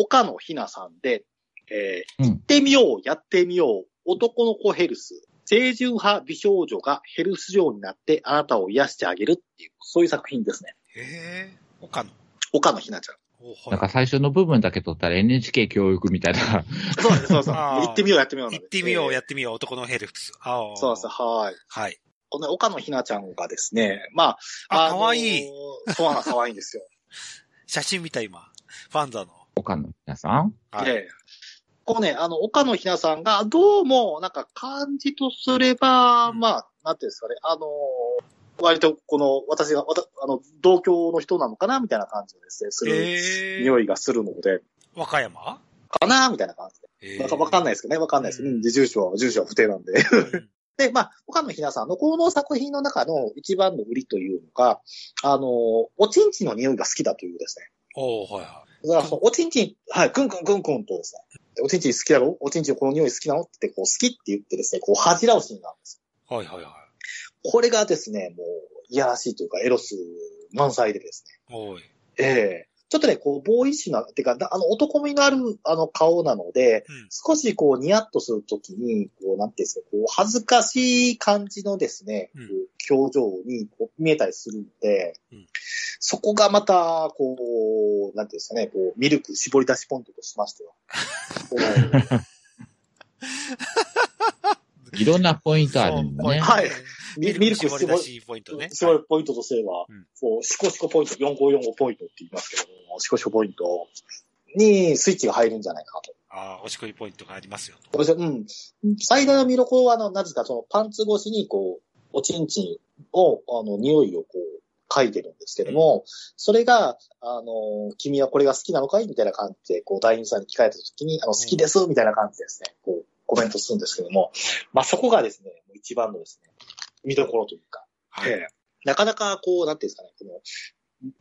岡野ひなさんで、えーうん行ってみよう、やってみよう、男の子ヘルス。清純派美少女がヘルス嬢になってあなたを癒してあげるっていう、そういう作品ですね。へえ。他の。岡野ひなちゃん。おほなんらか最初の部分だけ取ったら NHK 教育みたいな。 そうです、 そうです。あー行ってみよう、やってみような行んでってみよう、えーやってみよう、男のヘルプス。ああ。そうです、はい。はい。この岡野ひなちゃんがですね、まあ、あのー可愛い。そうなんです、可愛いんですよ。写真見た、今。ファンザの。岡野皆さんはい。ええ。こうね、あの、岡野ひなさんが、どうも、なんか、感じとすれば、うんまあ、なんていうんですかね、あのー割と、この、私が、わたあの、同郷の人なのかな、みたいな感じがですね、する、ええ。匂いがするので、和歌山かな、みたいな感じえで。わかわかんないですけどね、わかんないです。うん、で住所は、住所は不定なんで。 うんで、まあ、岡野ひなさんのこの作品の中の一番の売りというのが、あのーおちんちんの匂いが好きだというですね。 おー、はいはだからそのおちんちん、はい、くんくんくんくんとですね、でおちんちん好きだろおちんちんこの匂い好きなのって、こう、好きって言ってですね、こう、恥じらうシーンがあるんですい。はいはいはよ。これがですね、もう、いやらしいというか、エロス満載でですい。おーい。ね。ええちょっとね、こう、ボーイッシュな、てか、なあの、男味のある、あの、顔なので、うん。少しこう、ニヤッとするときに、こう、なんていうんですか、こう、恥ずかしい感じのですね、うんこう表情にこう見えたりするので、うんそこがまた、こう、なんていうんですかね、こう、ミルク絞り出しポイントとしましては。こういろんなポイントあるんそうだね。はいミ ミルミクル絞ク絞りり出出しポイントね。絞りポイントとすれば、うんこう、シコシコポイント、4545ポイントって言いますけども、シコシコポイントにスイッチが入るんじゃないかなと。ああ、おしこいポイントがありますよ。これじゃうん。最大の見どころは、あの、なぜかそのパンツ越しに、こう、おちんちんを、あの、匂いをこう、書いてるんですけども、それが、あの、君はこれが好きなのかいみたいな感じで、こう、団員さんに聞かれた時に、あの、好きですみたいな感じでですね、こう、コメントするんですけども、まあ、そこがですね、もう一番のですね、見どころというか、はい。ええなかなかこう、なんていうんですかね、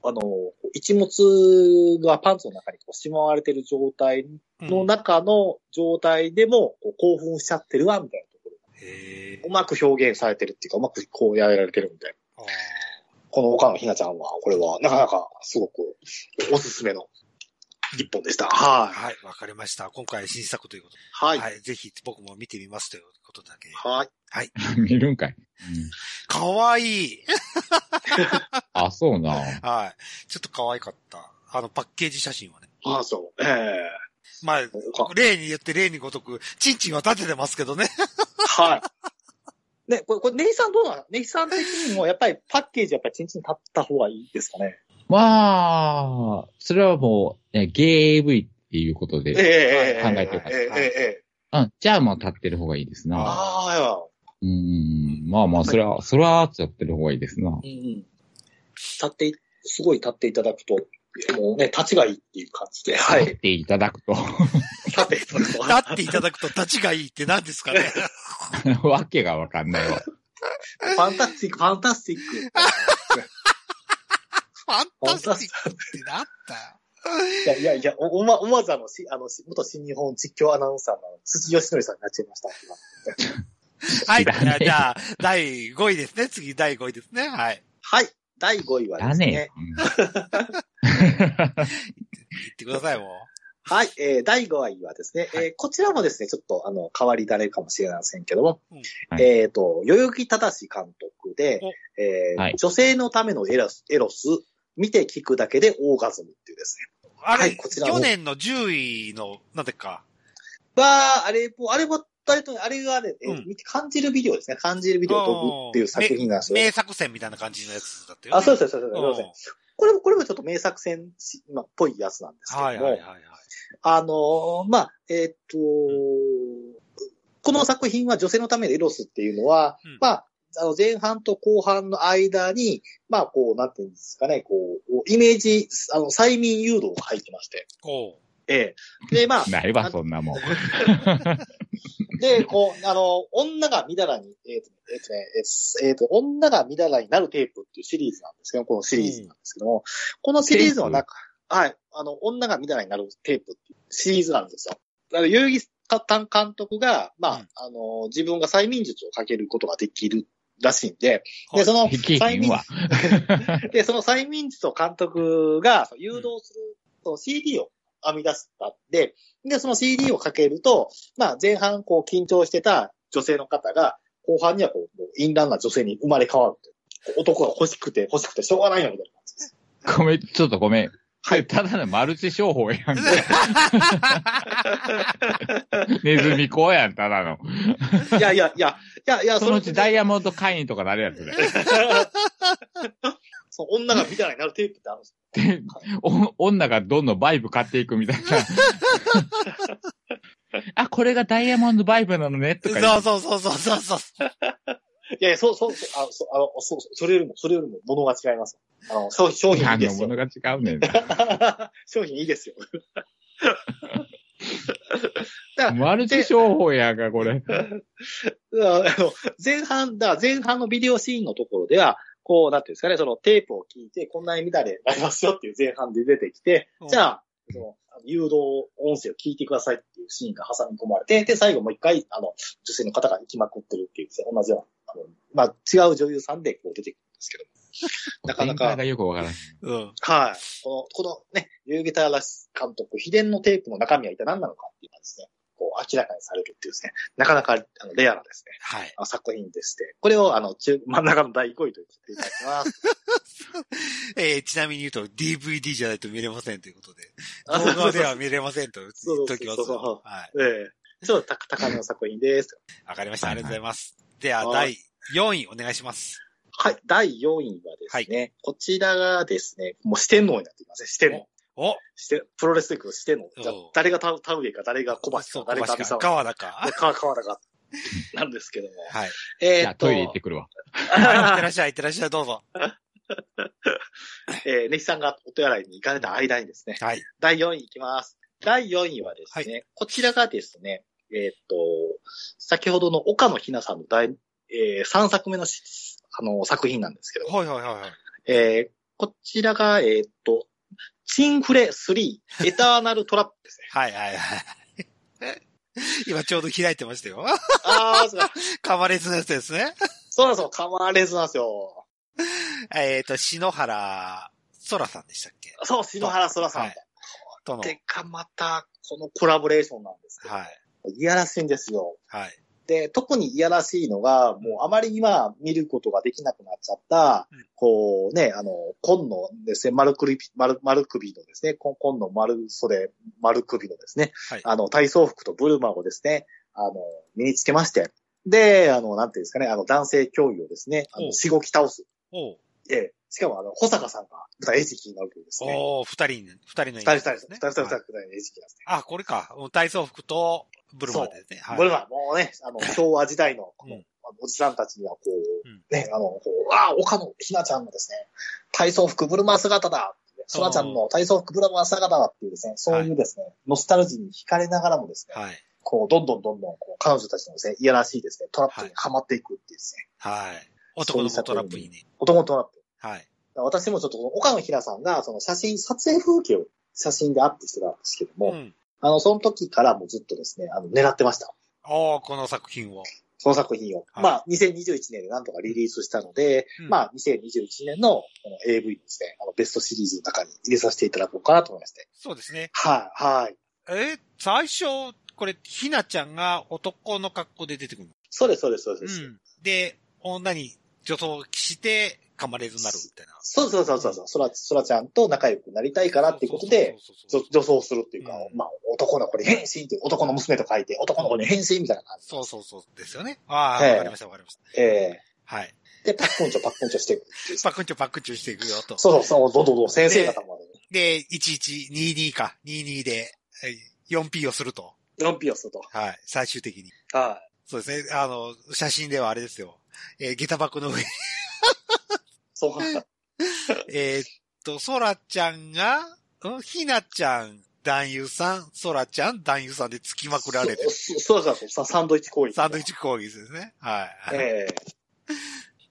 この、あの、こう一物がパンツの中にこうしまわれてる状態のうん中の状態でも、こう興奮しちゃってるわ、みたいなところ。へうまく表現されてるっていうか、うまくこうやられてるみたいな。ーあこの岡野ひなちゃんは、これは、なかなか、すごく、おすすめの一本でした。ーはい。はい、わかりました。今回新作ということで。はい。はい。ぜひ僕も見てみますということだけ。はい。見るんかい。かわいい。あ、そう な。はい。ちょっと可愛かった。あの、パッケージ写真はね。ああ、そう。ええまあ、岡例によって例にごとく、チンチンは立ててますけど ね。はい。ね、これ、これ、ネギさんどうなのネギさん的にも、やっぱりパッケージやっぱりチンチン立った方がいいですかね。まあ、それはもう、えゲー AV っていうことえで。え考えてよかったええええええうん、じゃあまあ立ってる方がいいですな。あうん、まあまあ、それは、それは立ってる方がいいですなあ、。うんうん。立ってい、すごい立っていただくと、もうね、立ちがいいっていう感じで。は立っ。ていただく立っていただくと。立っていただくと立ちがいいって何ですかね。と、 わけがわかんないわ。ファンタスティック、ファンタスティック。ファンタスティックってなったよ。 いやいやいや、おおま、おまずあの、しあの、し元新日本実況アナウンサーの辻義則さんになっちゃいました。はい。知らねえじゃあ、第5位ですね。次、第5位ですね。はい。はい。第5位はでだすね。ね。言ってください、もう。はい。えー、第5位はですね、はえー、こちらもですね、ちょっと、あの、変わり種かもしれませんけども、うんはいえっ、と、代々木正監督で、えーはい女性のためのエロス、エロス、見て聞くだけでオーガズムっていうですね。あれ、はいこちらを去年の10位の、なんてか。わあ、あれ、もうあれも、あれと、あれがね、えーうん見て感じるビデオですね。感じるビデオを撮るっていう作品なんですよ。名作戦みたいな感じのやつだったよ、ね。あ、そううです、そうです、そうです。んこれも、これもちょっと名作戦し、まあ、っぽいやつなんですけども、はいはいはいはい。あのーまあ、えーっと、この作品は女性のためのエロスっていうのは、うんまあ、あの前半と後半の間に、まあ、こう、なんていうんですかね、こう、イメージ、あの、催眠誘導が入ってまして、おう ええ。で、まあうん、 ないわ、そんなもん。で、こう、あの、女がみだらに、えっ、と、えっ、とね、えっす、えーと、女がみだらになるテープっていうシリーズなんですけど、このシリーズなんですけども、このシリーズの中、はい、あの、女がみだらになるテープっていうシリーズなんですよ。だから、代々木監督が、まあ、うんあの、自分が催眠術をかけることができるらしいんで、はで、いそ の、でき催へん眠わ。で、その催眠術を監督がその誘導する、その CD を編み出したんで、で、その CD をかけると、まあ前半こう緊張してた女性の方が、後半にはこう、もう淫乱な女性に生まれ変わるという。男が欲しくて欲しくてしょうがないよみたいな感じです。ごめん、ちょっとごめん。はいただのマルチ商 法やんか。ネズミ講やん、ただの。いやいやいや、いやいや、そのうちダイヤヤモンド会員とかなるやつで。 その女がみたいになるテープってあるんですでお女がどんどんバイブ買っていくみたいな。 あ、これがダイヤモンドバイブなのね、とか言そうう。そうそうそうそうそう。よ。いやいや、そう、そう、そう、あの、そうあのそうそうそれよりも、それよりも物が違います。あの、商商品いい何でのすもの。よが違うね ん。商品いいですよ。だからマルチ商法やんか、これ。あの前半、だから前半のビデオシーンのところでは、こう、なんていうんですかね、そのテープを聞いて、こんなに乱れになりますよっていう前半で出てきてうん、じゃあ、そのあの誘導音声を聞いてくださいっていうシーンが挟み込まれて、で、最後もう一回、あの、女性の方が行きまくってるっていう、同じような、あのまあ、違う女優さんでこう出てくるんですけども。なかなか展開がよくわからん。うん。はい。この、このね、ユーゲタラス監督、秘伝のテープの中身は一体何なのかっていうのはですね、こう明らかにされるっていうですね、なかなかあのレアなですね、はい。あの作品でして、これをあの中、真ん中の第5位と言っていただきます。えーちなみに言うと DVD じゃないと見れませんということで。あ動画では見れませんと言っときますそうそうそよう。はい。ええちょっと高高めの作品です。わかりました。あはりいがはいとうございます。では、は第い4位お願いします。はい。第4位はですね、こちらがですね、もう四天王になっていますね、四天王。おしてプロレステックの四天王。じゃあおう誰が田田植えか、誰が小そ橋うか、誰が小阿部さ橋ん か。川田か。か、川田か。なんですけども。はい。えじゃーあっとトイレ行ってくるわ。はいいってらっしゃい、いってらっしゃい、どうぞ。えー、ネヒさんがお手洗いに行かれた間にですね、はい。第4位いきます。第4位はですね、こちらがですね、えーっと、先ほどの岡野ひなさんの第、え3作目のしあの作品なんですけど、はいはいはいはい。。えーこちらが、えーっと、チンフレ3、エターナルトラップですねはいはいはい。 今ちょうど開いてましたよ。 あー、そうだカマレスのやつですね。 そうなんですよ。カマーレーズなんですよ。えっと、篠原空さんでしたっけそう、篠原空さんと。との。はでい。か、また、このコラボレーションなんですけど、いやらしいんですよ。はい。で、特にいやらしいのが、もうあまり今見ることができなくなっちゃった、うんこうね、あの、紺のですね、丸首、丸、丸首のですね、紺紺の丸袖、丸首のですね、はいあの、体操服とブルマをですね、あの、身につけまして、で、あの、なんていうんですかね、あの、男性競技をですね、あおうの、しごき倒す。おうええ、しかもあの、保坂さんが舞台餌食になるというですね、おー二人に、二人の二演人二技人、です二ね人二人二人はいの餌食なんですね。あ、これか。うん体操服とブルマーですね。はいブルマ、もうね、あの、昭和時代の、このうんあのおじさんたちにはこう、うんね、あの、こう、ああ、岡野ひなちゃんのですね、体操服ブルマ姿だそらちゃんの体操服ブルマ姿だっていうですね、そういうですね、ノスタルジーに惹かれながらもですね、はい。こう、どんどんどんどん、こう、彼女たちのですね、いやらしいですね、トラップにはまっていくっていうですね、はい。男の子トラップにね。男のトラップ。はい。だから私もちょっとこの岡野ひなさんが、その写真、撮影風景を写真でアップしてたんですけども、うん。あの、その時からもうずっとですね、あの、狙ってました。おーこの作品を。その作品を。はいまあ、2021年でなんとかリリースしたので、うんまあ、2021年のこの AV のですね、あの、ベストシリーズの中に入れさせていただこうかなと思いまして。そうですね。はい、はい。えー最初、これ、ひなちゃんが男の格好で出てくるの。そうです、そうです、そううです。ん。で、女に女装して、噛まれずになるみたいな。そうそうそうそうそう、そら、そらちゃんと仲良くなりたいからっていうことで、そうそうそう女そう、女装するっていうか、うんまあ、男の子に変身っていう、男の娘と書いて、男の子に変身みたいな感じ。そうそうそうですよね。ああ、ええわかりました、わかりましえた。はい。えで、パックンチョ、パックンチョしていくっていう。パックンチョパックンチョしていくよと。そうそう、そう、どんどんどん、先生方までね。で、1122か、22で、はい 4P をすると。ロンピオスと。はい、最終的に。はそうですね、あの、写真ではあれですよ。えー下駄箱の上に。い。そうなんだ。えーっと、ソラちゃんが、うんひなちゃん、男優さん、ソラちゃん、男優さんでつきまくられて る。そそうそうそう、さサンドイッチ行為。サンドイッチ攻撃ですね。はい。はいええっ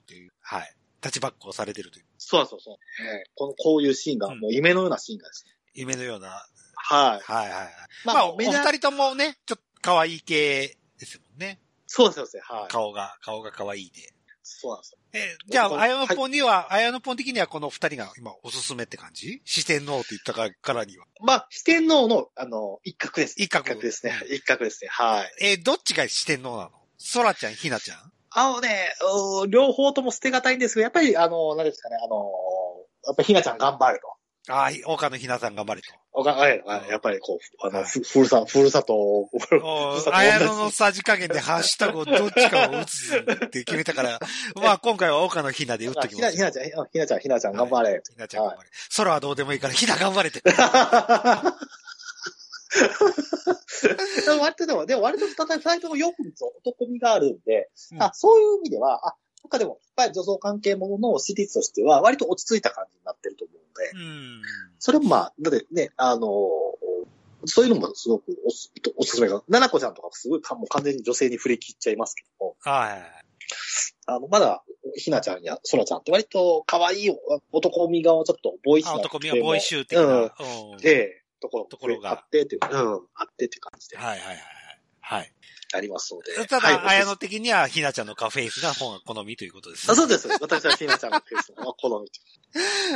ていうはい。タッチバックをされてるという。そうそうそう。ええこの、こういうシーンが、うんもう夢のようなシーンがですね。夢のような。ははい。いはいはい。ままあ、あ、おお二人ともね、ちょっと可愛い系ですもんね。そうですそうですはい。顔が、顔が可愛いで。そうなんですよ。え、じゃそうあ、あやのぽんには、あやのぽん的にはこの二人が今おすすめって感じ四天王って言ったからには。まあ、四天王の、あの、一角です。一角ですね。一角ですね。はい。え、どっちが四天王なのソラちゃん、ひなちゃんあのね、うー両方とも捨てがたいんですけど、やっぱり、あの、何ですかね、あの、やっぱりひなちゃん頑張れと。ああ、岡野ひなさん頑張れと。おかあややっぱりこう、あの、はいふふるさ、ふるさと を、ふるおさとーをあやののさじ加減でハッシュタグをどっちかを打つって決めた から、まあ今回は岡野ひなで打っときひまな、すひ。なちゃん、ひなちゃん、ひなちゃん頑張れ。ひなちゃん頑張れ。空はどうでもいいから、ひな頑張れって。でも割とでも、でも割と二人ともよく男味があるんで、うんあそういう意味では、あ、なんかでも、いっぱい女装関係もののシリーズとしては、割と落ち着いた感じになってると思うので、うん。それもまあ、だってね、あのーそういうのもすごくおすおすすめが、ななこちゃんとかすごいかもう完全に女性に振り切っちゃいますけども、はい。あの、まだ、ひなちゃんやそらちゃんって割と可愛い男味がちょっとボーイッシあュな男見はボーイッシュ的な。うんうんええところ、ところがあってっていう、うん、あってっていう感じではいはいはいはい。ありますのはで。い。たはいだ、綾野的には、ひなちゃんのカフェイスが本が好みということですあね。そうです。私はひなちゃんのペースの好み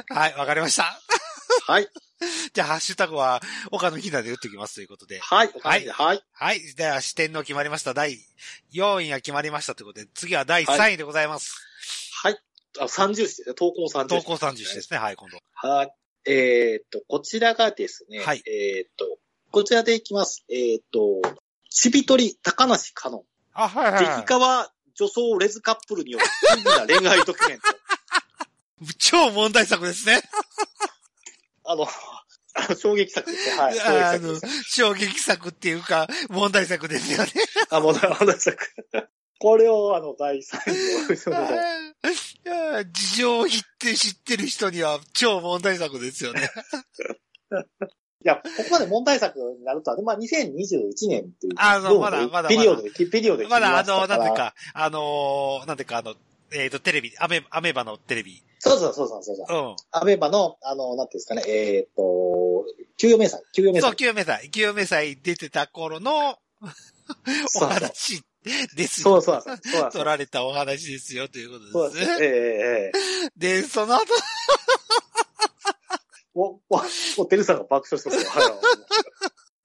と。はい、わかりました。はい。じゃあ、ハッシュタグは、岡野ひなで打ってきますということで。はい。お金ではい。はい。では、四天王決まりました。第4位が決まりましたということで、次は第3位でございます。はい。あ、三重視ですね。投稿三重投視。稿30種ですね。はい、今度。はい。えーっと、こちらがですね。はいえーっと、こちらでいきます。えーっと、ちびとり高梨香音。あ、はい激化は女装レズカップルによる不利な恋愛ドキュメント。い。超問題作ですね。あの、あの衝撃作ですね。はい。衝撃あ作でのす。、衝撃作っていうか、問題作ですよね。あ、もう、あの、作。 これを、あの、第3位の、その いや事情を知って知ってる人には超問題作ですよね。いや、ここまで問題作になるとは、まあ、2021年っていう。あそうまだまだピリオドで、ピリオドでまだあ切りの、しなたらんていう。か、あのーなんていうか、あの、えっ、と、テレビ、アメ、アメバのテレビ。そうそうそうそうそうそう。うん。アベバの、あの、なんていうんですかね、えーっと、給与明細、給与明そう、細。清め祭。清め祭出てた頃のおそうそう話ですそよ。うそうそう。そうなんです 取られたお話ですよ、というそこうとでですすえね。えええええ。で、その後、もう、もう、テルさんが爆笑してますよ。はい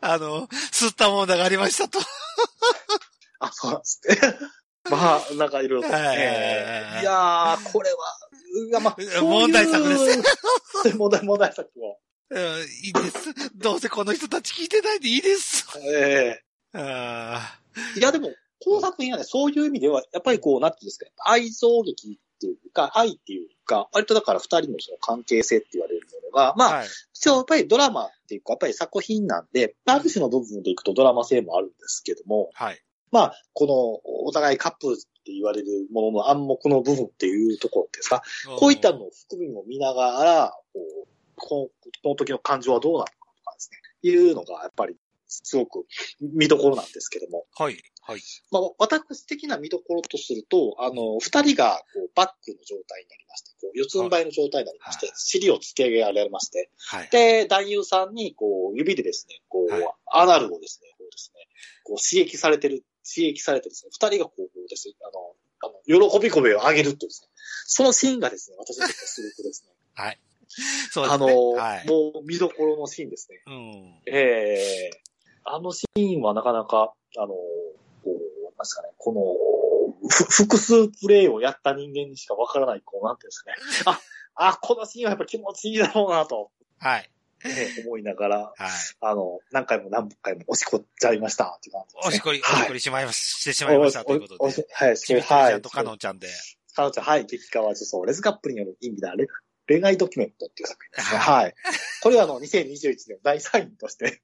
あの、吸ったものがありましたと。 あ、そうなんですね。まあ、なんかいろいろと。はいええいやー、これは、うわ、まあ、そういう 問題作で。そう いう問題、問題作を。うん、いいです。どうせこの人たち聞いてないんでいいです。えあえいや、でも、この作品はね、そういう意味では、やっぱりこう、なんていうんですか、愛憎劇っていうか、愛っていうか、割とだから二人のその関係性って言われるものが、ーまあ、はい。一応やっぱりドラマっていうか、やっぱり作品なんで、ある種の部分でいくとドラマ性もあるんですけども、はい。まあ、このお互いカップルって言われるものの暗黙の部分っていうところですか、こういったのを含みも見ながら、こうこのこの時の感情はどうなのかとかですね、いうのがやっぱりすごく見どころなんですけども、はい。はい。まあ、私的な見どころとすると、あの、二人がこうバックの状態になりまして、こう四つん這いの状態になりましては、尻を突き上げられまして、はい。で、男優さんに、こう、指でですね、こう、はいアナルをですね、こうですね、こう刺激されてる、刺激されてですね、二人がこうですね、あの、あの喜び声を上げるっていうですね、そのシーンがですね、私にとってはすごくですね、 そうですあね。の、はい。もう見どころのシーンですね。うん。ええあのシーンはなかなか、あの、こう、なんですかね、この、ふ複数プレイをやった人間にしかわからない、こう、なんていうんですか ね。あ、あ、このシーンはやっぱ気持ちいいだろうなと、はい。ええ思いながら、はい。あの、何回も何回も押し込んじゃいました、って感じです、ね。おしこり、おはいしこりしまいまし、してしまいましたということおおしで。はい、ちしびちゃんはい。とかのんちゃんで。かのんちゃん、はい、激化は女装、レズカップルによる意味だ、レ恋愛ドキュメントっていう作品ですね。ははい。これはあの、2021年の第3位として、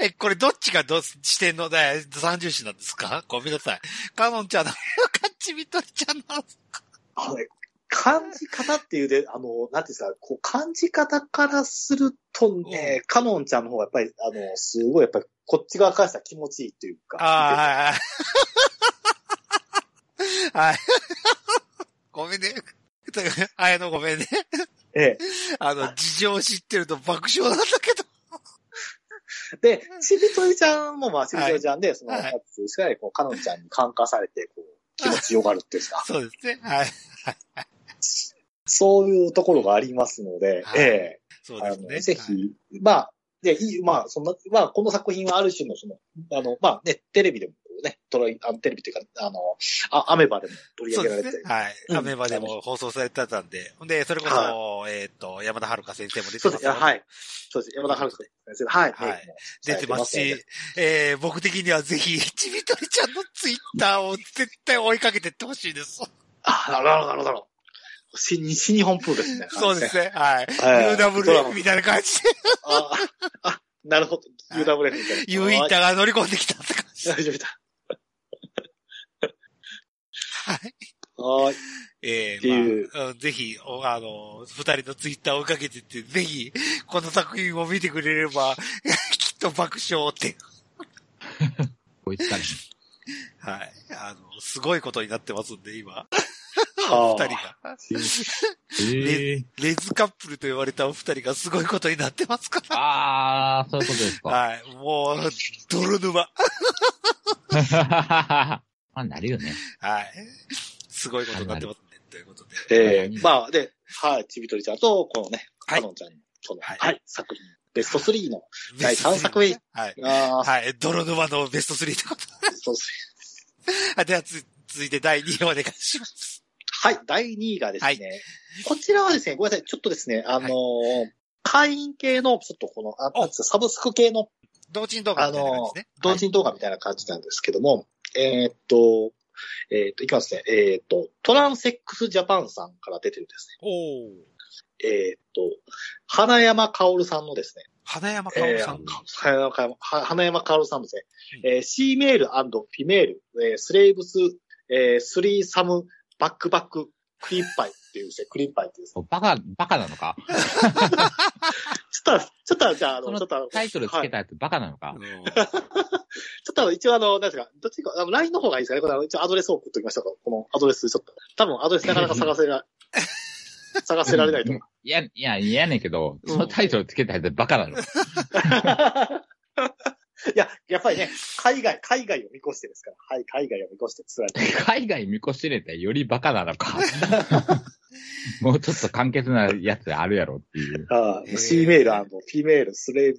え、これどっちがど、視点の第三重視なんですかごめんなさい。かのんちゃんの、か ちびとりちゃんの、あのね、感じ方っていうで、あの、なんていうんですか、こう、感じ方からするとね、かのんちゃんの方がやっぱり、あの、すごい、やっぱり、こっち側からしたら気持ちいいというか、ああ、はいはい。はい。ごめんね。あやのごめんね。ええ、あの、事情を知ってると爆笑なんだけど。で、ちびとりちゃんも、まあ、ちびとりちゃんで、その、はいやつ、しっかり、こう、かのんちゃんに感化されて、こう、気持ちよがるっていうんですか。そうですね。はい。そういうところがありますので、はいえそうえあでのすね。ぜはい。ひ、まあ、で、いい、まあ、そんな、まあ、この作品はある種の、その、あの、まあね、テレビでもね、トライ、あのテレビというか、あの、あアメバでも取りそ上うげらでれて、すね。はうんい。アメバでも放送されてたんで。ほんで、それこそ、えっと、山田遥先生も出てそうまですすね、よ。はい。そうですね、山田春子先生、はい。はいメイ出クもされてますのでし、えー、僕的にはぜひ、ちびとりちゃんのツイッターを絶対追いかけてってほしいです。あ、なるほど、なるほどなるほど。新西日本プロですね。そうですね。はい。はい。ドラマ UWF みたいな感じああ、あ、なるほど。はい UWF みたいな。で、U インターが乗り込んできたって感じ。大丈夫だ。はい。 はい。えっていーう、まあうん、ぜひ、おあの、二人のツイッターを追いかけてって、ぜひ、この作品を見てくれれば、 きっと爆笑って。こいつから。はい。あの、すごいことになってますんで、 今。は二人が。ええ。レズカップルと言われたお二人がすごいことになってますから。 ああ、そういうことですか。はい。もう、泥沼。 まあ、なるよね。はい。すごいことになってますね。ということで。ええうんまあ、で、はい、ちびとりちゃんと、このね、はかいのんちゃんとの、ははいい、作品、ベスト3の、第ベスト三作目3はい。ああ、はい。泥沼のベスト3ってことそうですはい ではつ、続いて第2位お願いします。はい、第2位がですね、はいこちらはですね、ごめんなさい、ちょっとですね、あのー会員系の、ちょっとこの、あおなんつうかサブスク系の同時に動画みたいな感じですね。同人動画みたいな感じなんですけども、えーっと、えーっと、いきますね。えーっと、トランセックスジャパンさんから出てるですおお。ね。えーっと、花山薫さんのですね、花山かおえさーんか。花山かおは花山薫さんですね、えー、C メールフィメール、えースレイブス、えー、スリーサムバックバッククリーンパイっていうですね、クリーンパイっていうですね。バカ、バカなのかちょっと、ちょっと、じゃあ、あその、ちのょっとあの、タイトルつけたやつバカなのか、ちょっとあの一応あの、何ですか、どっちか、あの、LINE の方がいいですかね。これあの一応アドレスを送っときましたから、このアドレス、ちょっと。多分アドレスなかな か探せら、探せられない と思う。いや、いや、いやねんけど、そのタイトルつけたやつバカなのか。いや、やっぱりね、海外、海外を見越してですから。はい、海外を見越して作られて。海外見越してれたらよりバカなのか。もうちょっと簡潔なやつあるやろっていう。あへーあ、シーメールフィメール、スレーブ、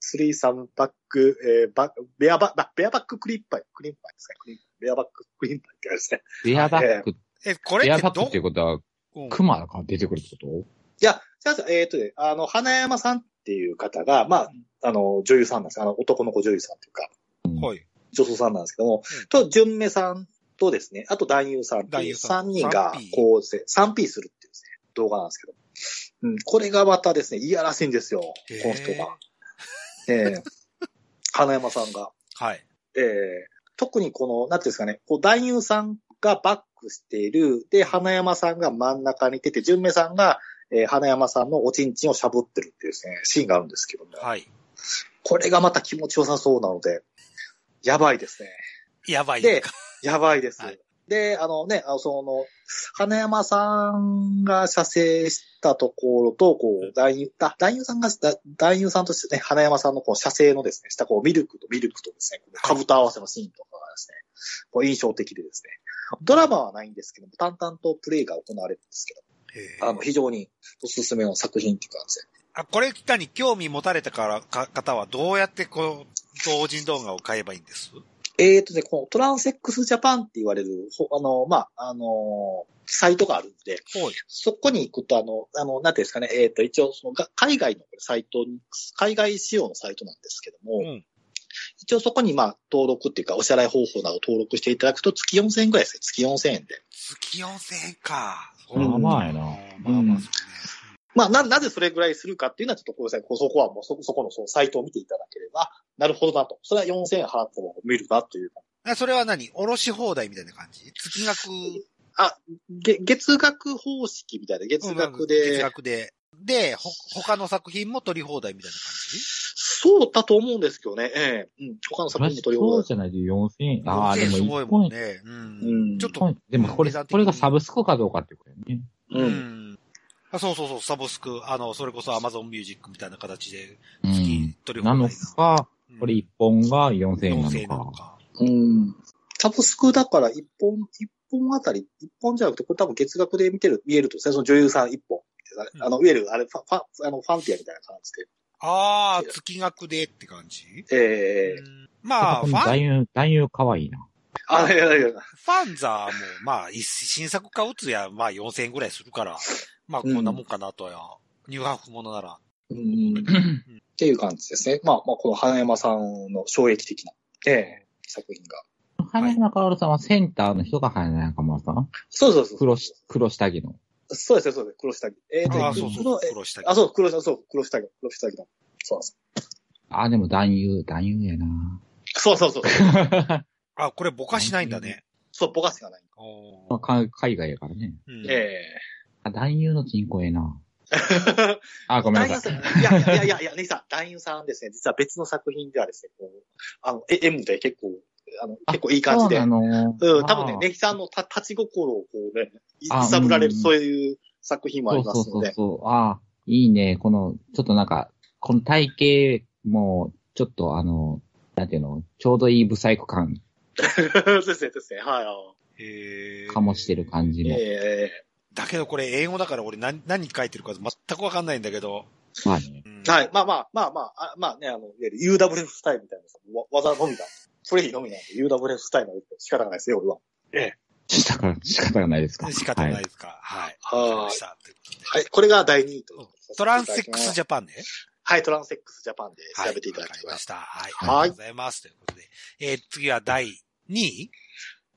スリーサムバック、えー、バベアバッ、ベアバッククリーンパイ、クリーンパイですかクリーンパイ。ベアバッククリーンパイってあれですね。エアバック、え、これエっアてバックどっていうことは、うんクマが出てくるってこいや、じゃあ、えーっ、とね、あの、花山さんっていう方が、まあ、あの、女優さんなんですあの、男の子女優さんというか、はい。女装さんなんですけども、うんと、純明さんとですね、あと男優さんって男い優うさん3人が 3P、こうですね、3P するっていうですね、動画なんですけど。うん、これがまたですね、いやらしいんですよ、こへーの人が。ええ花山さんが。はい。ええ特にこの、なんていうんですかね、こう男優さんがバックしている、で、花山さんが真ん中にいてて、純明さんが、えー花山さんのおちんちんをしゃぶってるっていうですね、シーンがあるんですけども、はい。これがまた気持ちよさそうなので、やばいですね。やばい。で、やばいです。はいで、あのね、あのその、花山さんが射精したところと、こう、男優、だ男優さんが、だ男優さんとしてね、花山さんのこう射精のですね、したこう、ミルクとミルクとですね、かぶと合わせのシーンとかがですね、こう印象的でですね、ドラマはないんですけども、淡々とプレイが行われるんですけへーど、あの、非常におすすめの作品っていう感じであ、これ期間に興味持たれたから、か、方はどうやってこう、同人動画を買えばいいんですえーとね、このトランセックスジャパンって言われる、ほあの、まあ、あのサイトがあるんで、はい。そこに行くと、あの、あの、なんていうんですかね、えっ、と、一応、その、が海外のサイトに、海外仕様のサイトなんですけども、うん。一応そこに、まあ、登録っていうか、お支払い方法などを登録していただくと、月4000円ぐらいですね。月4000円で。月4000円か。とうんまあまあやまな。あまあまあ、そうね。まあ、な、なぜそれぐらいするかっていうのは、ちょっとごめんなさい。こうそこはもう、そこ、そこの、そのサイトを見ていただければ、なるほどなと。それは4000円払っても見るなという。えそれは何おろし放題みたいな感じ月額、げ、月額方式みたいな、月額うん月で、額で。で、ほ、他の作品も取り放題みたいな感そうだと思うんですけどね。ええうん。他の作品も取りそ放う題。じゃないと4000円。じああ、でもす一ごいもん本、ね。うん。うんちょっ一と、本でもこれ、値段的にこれがサブスクかどうかってことやね。ううん。ん。あそうそうそう、サブスク、あの、それこそ Amazon Music みたいな形で、う月ん。取りな放題のか、うんこれ一本が4000円4000円ななののか。か。うん。サブスクだから一本、一本あたり、一本じゃなくて、これ多分月額で見てる、見えるとですね、その女優さん一本ってうんさ。あの、いわゆる、あれ、ファ、ファ、あの、ファンティアみたいな感じああ、月額でって感じで。ええうんまあ、ファン男優、男優可愛いな。あれ、あれ、あれ。ファンザーも、まあ、一新作買うつや、まあ4000円ぐらいするから、まあこんなもんかなとは、ニューハーフものなら。うん。っていう感じですね。まあ、まあ、この花山さんの衝撃的な、ええ作品が。花山薫さんはセンターの人が花山薫さんそうそうそう。黒し、黒下着の。そうですね、そうですね。黒下着。ええと、ああ、そうそう黒、え苦労したけどあ、そう、黒下着、そう、黒下着、黒下着の。そうなんです。ああ、でも男優、男優やな。そうそうそう。あ、これぼかしないんだね。そう、ぼかしがない。おまあーか海外やからね。うんええあ男優の人口ええな。あ、ごめんなさい。男優さんいやいやいやいやいや、ネギさん、男優さんですね、実は別の作品ではですね、こうあの、え M で結構、あの、あ結構いい感じで。そううなの。ん、多分ねあ、ーネギさんのた立ち心をこうね、あ揺さぶられる、うんそういう作品もありますそうそのうで。そうそう。ああ、いいね。この、ちょっとなんか、この体型も、ちょっとあの、なんていうの、ちょうどいいブサイク感、そう ですね、ですね、はい。へーかもしてる感じえも。えだけどこれ英語だから俺何、何書いてるか全くわかんないんだけど。まあね。うんはい。。まあまあ、まあまあ、あまあね、あの、いわゆる UWF スタイルみたいなわ技のみだ。プレイのみなんで、UWF スタイルの仕方がないですよ、俺は。仕方が、仕方がないですか。仕方なはいですか。はい。はいわかりましたということではい、これが第2位と。トランセックスジャパンね。はい、トランセックスジャパンではい調べていただわかきりま。ますした。はい。ありはいがとうございます。ということで。えー次は第2位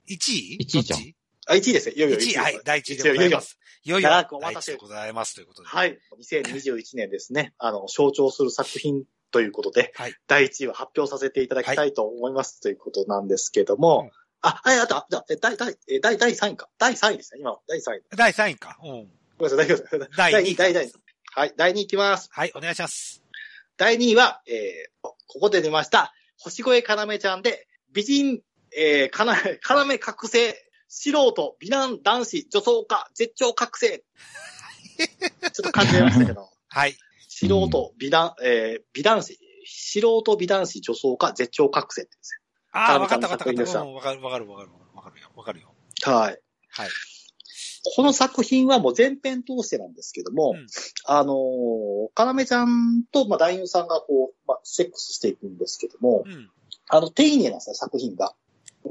?1 位一位じゃんどっちあ、1位ですね。いよいよ ?1 位。ですはい。第1位でございます。いよいよ。長くお待たせ第一位でございます。ということで。はい。2021年ですね、あの、象徴する作品ということで、はい第1位を発表させていただきたいと思います、ということなんですけども、あ、はい、あと、あ、じゃあ、え第、第、え第、第3位か。第3位ですね、今の。第3位。第3位か。うん。ごめんなさい、大丈夫です。第第2 2位位、第2位。はい、第2位いきます。はい、お願いします。第2位は、えー、ここで出ました、星越かなめちゃんで、美人、えー、かな、 かなめ覚醒、素人、美男、男子、女装家、絶頂 覚醒。ちょっと感じましたけど、はい。素人、美男、えー、美男子、素人、美男子、女装家、絶頂覚醒ってですああ、わ田かっ辺たわさかんのったわかっ。作品でしたたうんわかるわかるわかるわかるよ。わかるよ。ね。はい。はい。この作品はもう全編通してなんですけども、うんあのー、かなめちゃんと、まあ、男優さんがこう、まあ、セックスしていくんですけども、うん。あの、丁寧なんですね、作品が。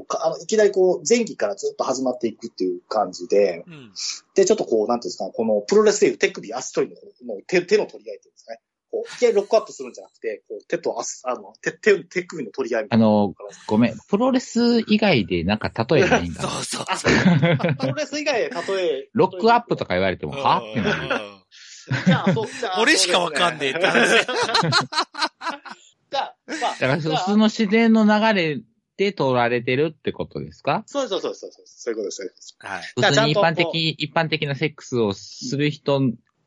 かあのいきなりこう、前期からずっと始まっていくっていう感じで、 うん。で、ちょっとこう、なんていうんですか、このプロレスでいう手首、足取りのこの手手の取り合いっていうんですかね。こう、いきなりロックアップするんじゃなくて、こう、手と足、あの、手、手手首の取り合いみたあいな。の、ごめん。プロレス以外でなんか例えないんそ だ。うそう。あ、そうプロレス以外で例え。ロックアップとか。か言われても、うんはってなる。じゃあ、そう、じゃあ俺しかわかんねえって話そうですね じゃあ、まあ。だから、じゃ普あ通の自然の流れで取られてるってことですかそうそうそうそうそう。そういうことです。そういうことですはい。普だから通に一ちゃん般とこう的、一般的なセックスをする人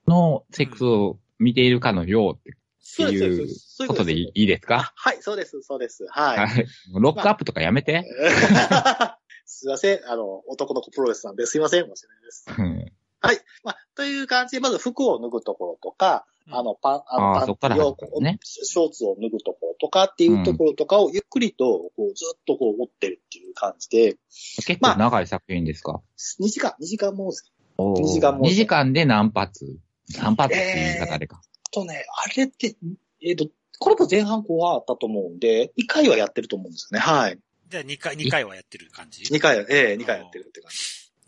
のセックスを見ているかのようってそうです。そうですそうこうこととでですいいいですあかはい、そうです、そうです。はい。はい。ロックアップとかやめて。 すいません。あの、男の子プロレスなんで、すいません。申し訳ないです。うんはい。まあ、という感じで、まず服を脱ぐところとか、あの、パン、ああー、のパンそっからを始まるねショーツを脱ぐところとかっていうところとかをゆっくりと、こう、ずっとこう、持ってるっていう感じで、結構長い作品ですか2時間、2時間もですおー二時間も二時間で何発何発って言い方あれか。とね、あれって、えっ、と、これも前半後半あったと思うんで、1回はやってると思うんですよね。はい。じゃあ2回、二回はやってる感じ2回、ええ2回やってるって感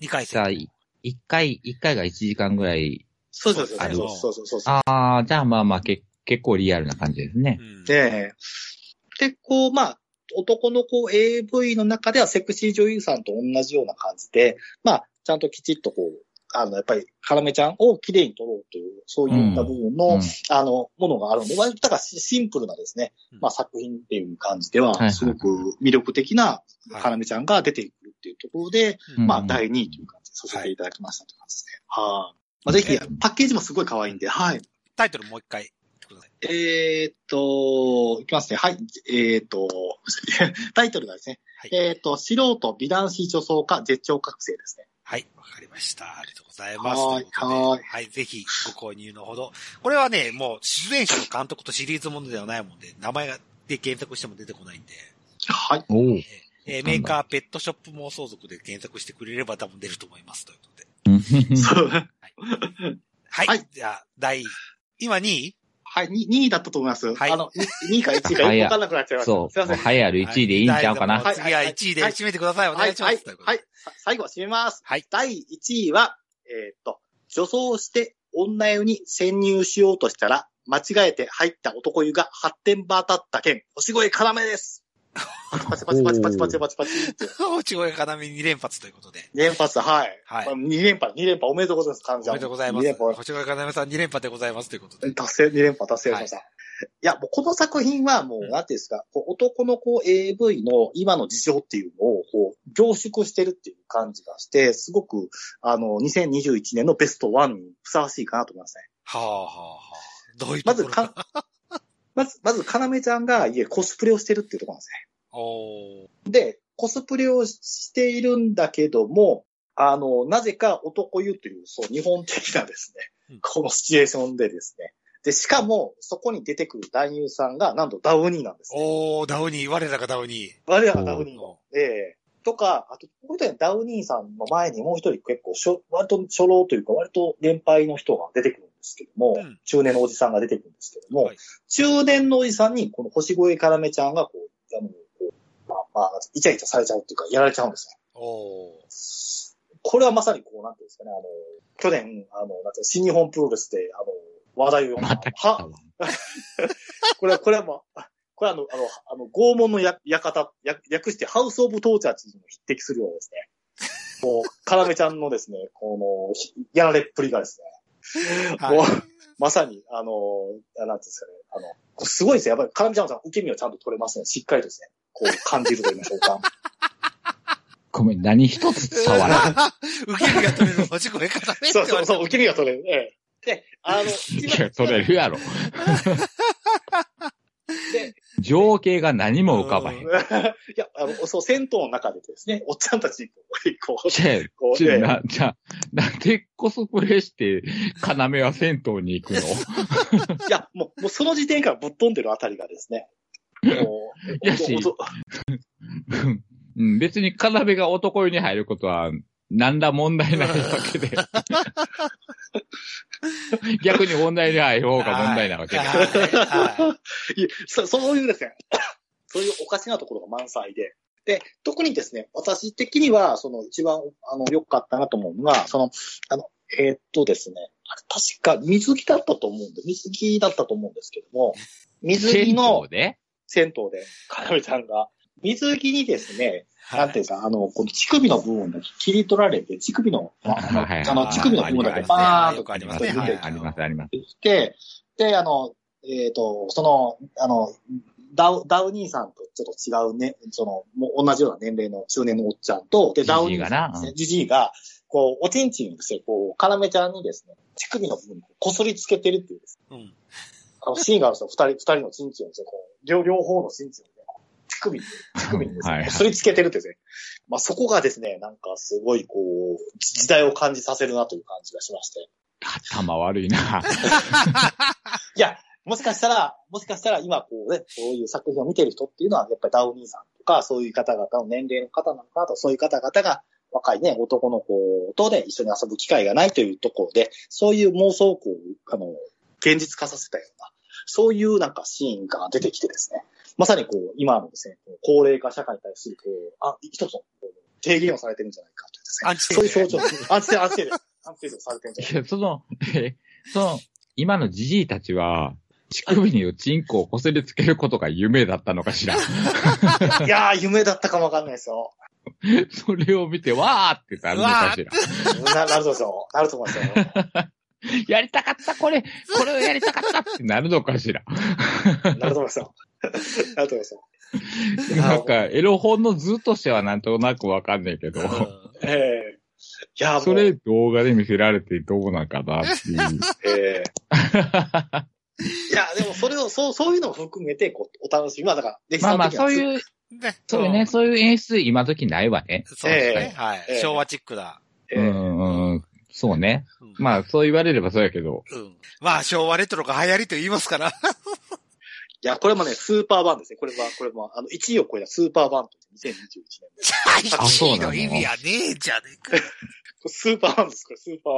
じ。 ?2 回じゃあ、い一回、一回が一時間ぐらい。そうそうそうあそうのそうそうそうそう。ああ、じゃあまあまあ、け結構リアルな感じですねう。ん。で、で、こう、まあ、男の子 AV の中ではセクシー女優さんと同じような感じで、まあ、ちゃんときちっとこう、あの、やっぱり、カラメちゃんを綺麗に撮ろうという、そういった部分の、うんあの、ものがあるので、割とだからシシンプルなですね、うんまあ作品っていう感じでいはいは、すごく魅力的なカラメちゃんが出てくるっていうところで、うんまうあん第2位という感じでさせていただきましたという感じですね。はい。まあぜひえ、パッケージもすごい可愛いんで、はい。タイトルもう一回言ってください。えーっと、いきますね。はい。えーっと、 タイトルがですね。はいえーっと、素人、美男子女装家、絶頂覚醒ですね。はい、わかりました。ありがとうございます。はいとうことはでいはい、ぜひご購入のほど。これはね、もう出演者の監督とシリーズものではないもんで、名前がで検索しても出てこないんで、はい。おーえーメーカーペットショップ妄想族で検索してくれれば多分出ると思います。ということで。そうはい。はいじゃあ、第、今2位はい、2, 位だったと思います。はいあの、2位か1位か早いよくわかんなくなっちゃいました。そう。すいません。もう栄えある1位でいいんちゃうかな。はい次は1位ではい締めてください。おは願いい、しまはす。い、はい。さ最後は締めます。はい 第1位は、えーっと、女装して女湯に潜入しようとしたら、間違えて入った男湯が発展場当たった件、星越要 です。パチパチパチパチパチパチパチパチって。おちごやかなめ2連発ということで。連発、はい。はいまあ二連覇、二連覇おめでとうございます、お神めでとうございます。 2連覇、星越かなめさん2連覇でございますということで。達成、二連覇達成しました。いや、もうこの作品はもうんう、なんていうんですか、こう男の子 AV の今の事情っていうのを、こう、凝縮してるっていう感じがして、すごく、あの、2021年のベストワンにふさわしいかなと思いますね。はあはあはあ。どういうとまこず、ろ か、まず、まず、かなめちゃんが、いえ、コスプレをしてるっていうところなんですね。おーで、コスプレをしているんだけども、あの、なぜか男湯という、そう、日本的なですうねん、このシチュエーションでですね。で、しかも、そこに出てくる男優さんが、なんとダウニーなんです、ね。おー、ダウニー、我らがダウニ我らがおダウニーのー。。ええとか、あと、ここでダウニーさんの前にもう一人結構しょ、割と初老というか、割と年配の人が出てくるんですけども、うん中年のおじさんが出てくるんですけども、はい中年のおじさんに、この星越からめちゃんが、こう、あの、こうまあ、まあ、イチャイチャされちゃうっていうか、やられちゃうんですね。おー。これはまさにこう、なんていうんですかね、あの、去年、あの、なんていうの新日本プロレスで、あの、話題を呼んだ。また来たは、わ。これは、これはもう、あ これはあの、あの、あの拷問のや館、や略してハウスオブトーチャーチにも匹敵するようなですね。もう、カラメちゃんのですね、 この、ひやられっぷりがですね、もうはい、まさに、あの、あなんていうんですかね、あの、こうすごいですね。やっぱ りカラメちゃんさん、受け身をちゃんと取れますね。しっかりとですね、こう感じると言いましょうか。ごめん、何一つ伝わらない。 受け身が取れる持ち声からねってそう言わそうれたそう、受け身が取れる。ええ。で、あの、一い番や、取れるやろ。で、情景が何も浮かばへん。う いや、あの、そう、銭湯の中でですね、おっちゃんたちにこう、こう、じゃこあ、う、ちえゅえな、じゃあ、なんでコスプレして、要は銭湯に行くのいや、もう、もうその時点からぶっ飛んでるあたりがですね、もう、やしおとうん、別に要が男湯に入ることは、何ら問題ないわけ で。逆に問題ない方が問題なわけで。はいはいやそそう いうですね、 そういうおかしなところが満載で。で、特にですね、私的には、その一番、あの、良かったなと思うのは、その、あの、えーっとですね、あれ確か水着だったと思うんで、水着だったと思うんですけども、水銭着湯ので銭湯で、かなめちゃんが、水着にですね、い。なんていうか、あの、この乳首の部分が切り取られて、乳首の、あのはいはいあの乳首の部分だけバーンとよくありますあね。りはまいすあります、あります。ってきて、で、あの、えっ、と、その、あの、ダウ、ダウ兄さんとちょっと違うね、その、もう同じような年齢の中年のおっちゃんと、で、ジジイがダウ兄さんですねな、じじいが、こう、おちんちんにですね、こう、カラメちゃんにですね、乳首の部分にこすりつけてるっていうですね、うんあの、シーンがあるんですよ、二人、二人のちんちんをですね、こう、両、両方のちんちんをね、乳首に、乳首にですね、はいはいこすりつけてるっていうですね、まあ、そこがですね、なんかすごい、こう、時代を感じさせるなという感じがしまして、頭悪いな。いや、もしかしたら、もしかしたら今こうね、そういう作品を見てる人っていうのは、やっぱりダウニーさんとか、そういう方々の年齢の方なのかなと、そういう方々が若いね、男の子とね、一緒に遊ぶ機会がないというところで、そういう妄想をこう、あの、現実化させたような、そういうなんかシーンが出てきてですね、まさにこう、今のですね、こう高齢化社会に対する、こう、あ、一つの、こう提言をされてるんじゃないかというですね。アンチテそういうーゼ象徴、安定、安定で、安定をされてるんじゃないいや、その、え、その、今のじじいたちは、乳首にチンコをこすりつけることが夢だったのか しら。 か。いやー、夢だったかもわかんないですよ。それを見て、わーってなるのかしら。な、なると思いますよ。なると思いますよ。やりたかった、これ、これをやりたかったってなるのかしら。なると思いますよ。なると思いますよ。 なんか、エロ本の図としてはなんとなくわかんないけど、うんええいや、もうそれ、動画で見せられてどうなんかなっていう。ええいや、でもそれを、そう、そういうのを含めて、こう、お楽しみ。まあ、だから、歴まあまあ、そうう。いう、ね。そうよね、そういう演出今時ないわね。そうですね。はええい。昭和チックだ。えうえん、うん、そうね。うんまあ、そう言われればそうやけど、うん。まあ、昭和レトロが流行りと言いますから。いや、これもね、スーパーバンですね。これは、これも、あの、1位を超えたスーパーバンとして、2021年で。あそうなの1位の 意味はねえじゃねえか。スーパーバンです、これ、スーパー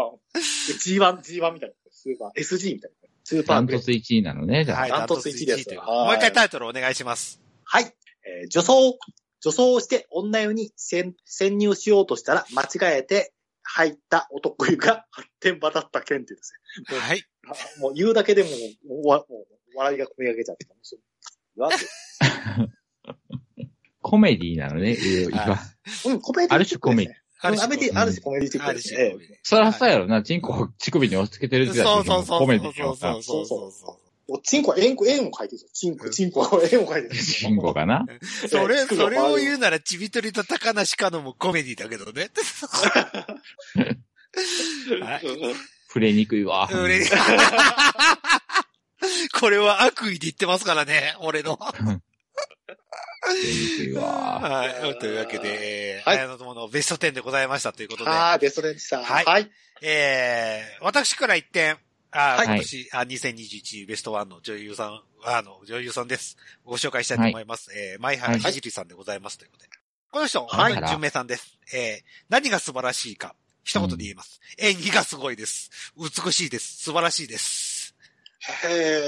バン。G1、G1 みたいな。スーパー、SG みたいな。スーパダーングレトーツ1位なのね、じゃあ。はい、ダントツ一一位ですというはいもう一回タイトルお願いします。はい。えー女装、女装をして女湯に潜潜入しようとしたら間違えて入った男湯が 発展場だった件っていうですね。もうはい。あもう言うだけでももうわもう笑いが込み上げちゃって。そうわコメディなのね、えーはいうん、コメディある種コメディィ。うんある種ある種コメディチッあクるです種ねコ。メディそらそうやろな、チンコを乳首に押し付けてる時代そうそうそうコメデそィうだよそなう。そうそうそもうチンコは円を、円を書いてるんですよ。チンコ、チンコは 円を書いてるんですチよ。ンコ かなう。それ、作るそれを言う。うなら、ちびとりと高梨かのもコメディだけどね。はいうんうん触れにくいわ。うれ これは悪意で言ってますからね、俺の。触れにくいわ。はい。というわけで、ははいい。の友のベスト10でございましたということで、ああ、ベストレンジさん。はいはい。えー、私から1点、あはー、い今年、あ、2021ベストワンの女優さん、あの、女優さんです。ご紹介したいと思います。えー、前原ひじりさんでございますということで。この人、はい本当に純明さんです。えー、何が素晴らしいか、一言で言います。演技がすごいです。美しいです。素晴らしいです。へえ。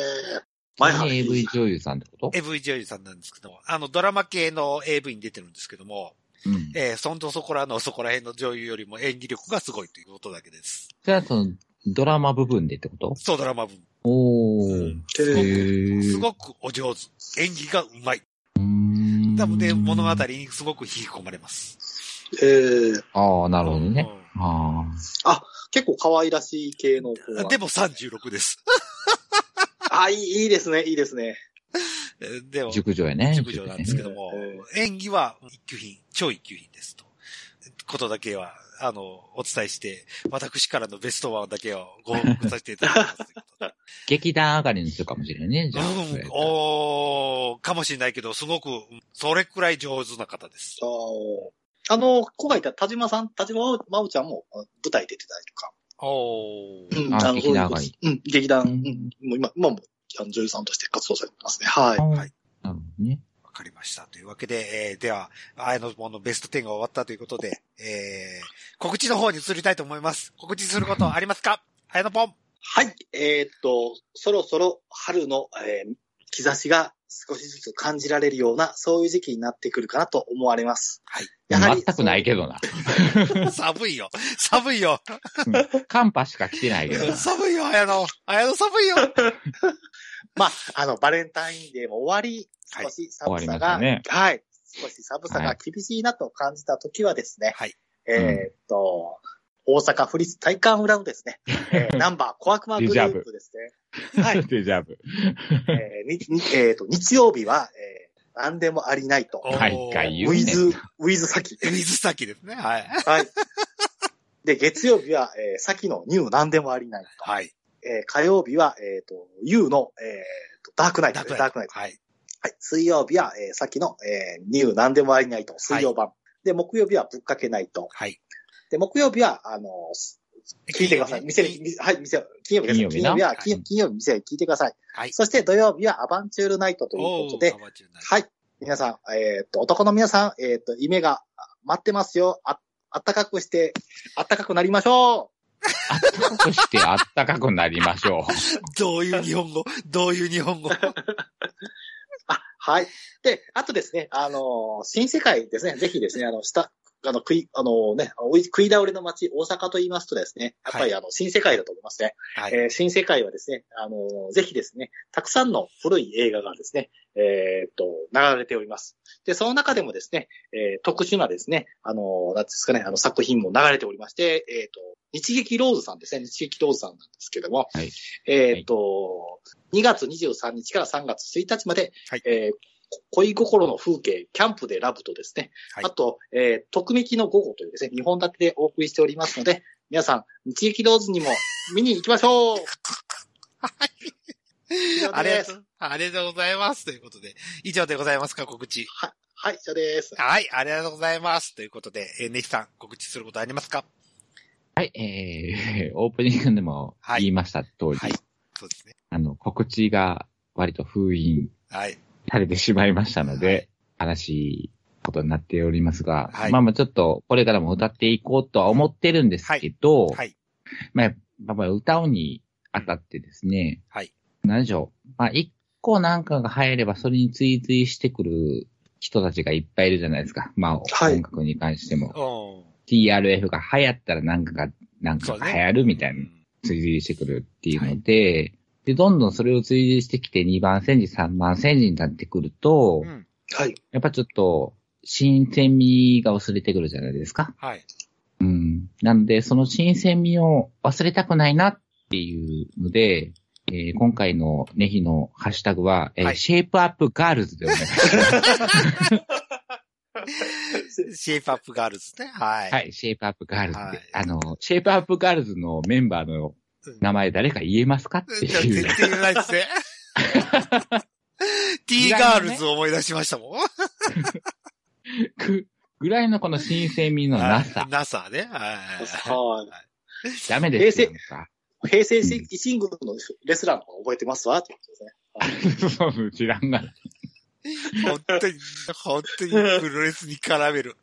前原 AV 女優さんってこと AV 女優さんなんですけども、あの、ドラマ系の AV に出てるんですけども、うん。えー、そんとそこらのそこら辺の女優よりも演技力がすごいということだけです。じゃあ、その、ドラマ部分でってことそう、ドラマ部おうーん。へへーーすごくお上手。演技がうまい。うーん多分ね、物語にすごく引き込まれます。ええ。ああ、ななるほどね。。あ結構可愛らしい系の。子がでも36です。 あ、いい、いいですね、いいですね。えーであ、も、熟女やね。熟女なんですけども熟女ね、演技は一級品、超一級品ですと。ことだけは、あの、お伝えして、私からのベストワンだけはご報告させていただきます。劇団上がりにするかもしれないね、じゃあ。 それうん、おーかもしれないけど、すごく、それくらい上手な方です。そう。あの、子がいた田島さん、田島まおちゃんもあ舞台出てたりとか。おーうんあの劇団上がり。うん、劇団、ううんん、もう今、今も、あの女優さんとして活動されてますね。はい。ははいい。なるほどね。わかりました。というわけで、えー、では、あのものベスト10が終わったということで、えー、告知の方に移りたいと思います。告知することありますかあやの ぽん。はい。えーっと、そろそろ春の、えー兆しが少しずつ感じられるような、そういう時期になってくるかなと思われます。はい。やはり。全くないけどな。寒いよ。寒いよ。 カンパしか来てないけどな。寒いよ、あやの。あやの寒いよ。まあ、あの、バレンタインデーも終わり、はい少し寒終わさりが、ましたねはい。少し寒さが厳しいなと感じたときはですね、はいえーっと、大阪府立体感裏のですね、えーナンバー小悪魔グループですね。 はい。デジャブ。えーににえーっと、日曜日は、えー何でもありないと。おー毎回言ウうィね。ズ、ウィズ 先。水先ですね。はい。はい。で、月曜日は、えー、先のニュー何でもありないと。はい。えー火曜日は、えっ、と、ユーの、えーとダークナイトダーでクす。ナイトダークナイト。はい。はい。水曜日は、えー、先の、えー、ニュー何でもありないと。水曜版。で、木曜日はぶっかけないと。はい。で、木曜日は、あのー聞いてください。店に、みはい、店、金曜日です。金曜金曜日日なは、はい金金曜日店に聞いてください。はいそして土曜日はアバンチュールナイトということでおー、、生中なはい。皆さん、えっ、と、男の皆さん、えっ、と、夢が待ってますよ。あ、あったかくして、あったかくなりましょあったかくしてあったかくなりまし ょどういう日本語どういう日 本語う。あ、はい。で、あとですね、あのー新世界ですね、ぜひですね、あの、下、あの、食い、あのーね、おい食い倒れの街、大阪と言いますとですね、やっぱりあの、新世界だと思いますね。はい。えー新世界はですね、あのーぜひですね、たくさんの古い映画がですね、えーっと、流れております。で、その中でもですね、えー特殊なですね、あのーなんていうんですかね、あの作品も流れておりまして、えーっと、日劇ローズさんですね、日劇ローズさんなんですけども、はいえーっと、2月23日から3月1日まで、はいえーこ恋心の風景、キャンプでラブとですね、はいあと、えー、特きの午後というですね、2本立てでお送りしておりますので、皆さん、日劇ローズにも見に行きましょうありでがとすう、ありがとうございます。ということで、以上でございますか、告知。はい、はい、以上です。はい、ありがとうございます。ということで、えー、ネヒさん、告知することありますかう。はい、えー、オープニングでも言いました通り、はい。そうですね。あの、告知が割と封印はい。されてしまいましたので、悲しいことになっておりますが、はいまあまあちょっとこれからも歌っていこうとは思ってるんですけど、はい。まあやっぱり歌うにあたってですね、はい。何でしょう。まあ一個なんかが入ればそれに追随してくる人たちがいっぱいいるじゃないですか。まあはい音楽に関しても。うん。 TRF が流行ったらなんかが、なんかが流行るみたいな。うん追随してくるっていうので、で、どんどんそれを追随してきて2番戦時、3番戦時になってくると、うん。はい。やっぱちょっと、新鮮味が薄れてくるじゃないですか。はい。うん。なんで、その新鮮味を忘れたくないなっていうので、えー今回のネヒのハッシュタグは、えーはいシェイプアップガールズでお願いします。シェイプアップガールズね。はい。は。い、シェイプアップガールズで。はいあの、シェイプアップガールズのメンバーの名前誰か言えますかってじゃあ、い全う。然言えない ですね。T ガールズを思い出しましたもん。ぐぐらいのこの新鮮味のなさ。なさね。はい。はダメですよ平。なんか い平成シングルのレスラーの方覚えてますわ、ってことですね。そう、知らんがな。本当に、本当にプロレスに絡める。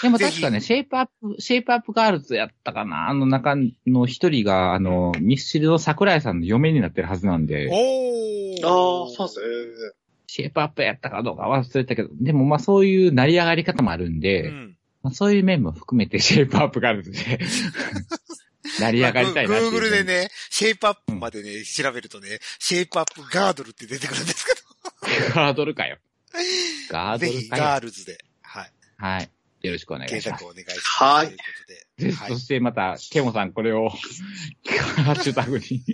でもぜひ確かね、シェイプアップ、シェイプアップガールズやったかなあの中の一人が、あの、ミスチルの桜井さんの嫁になってるはずなんで、おー。ああ、そうね。ですシェイプアップやったかどうか忘れたけど、でもまあそういう成り上がり方もあるんで、うん。まあ、そういう面も含めてシェイプアップガール ズで、成り上がりたいなっていう。 Google で。ね、シェイプアップまでね、調べるとね、シェイプアップガードルって出てくるんですけ ガードルかよ。ガど、ーぜドルひかよガ。ールズで、はい。はい。よろしくお願いします検。索をお願いします。はいということでで。はいそ。してまた、ケモさんこ れを、ハッシュタグに。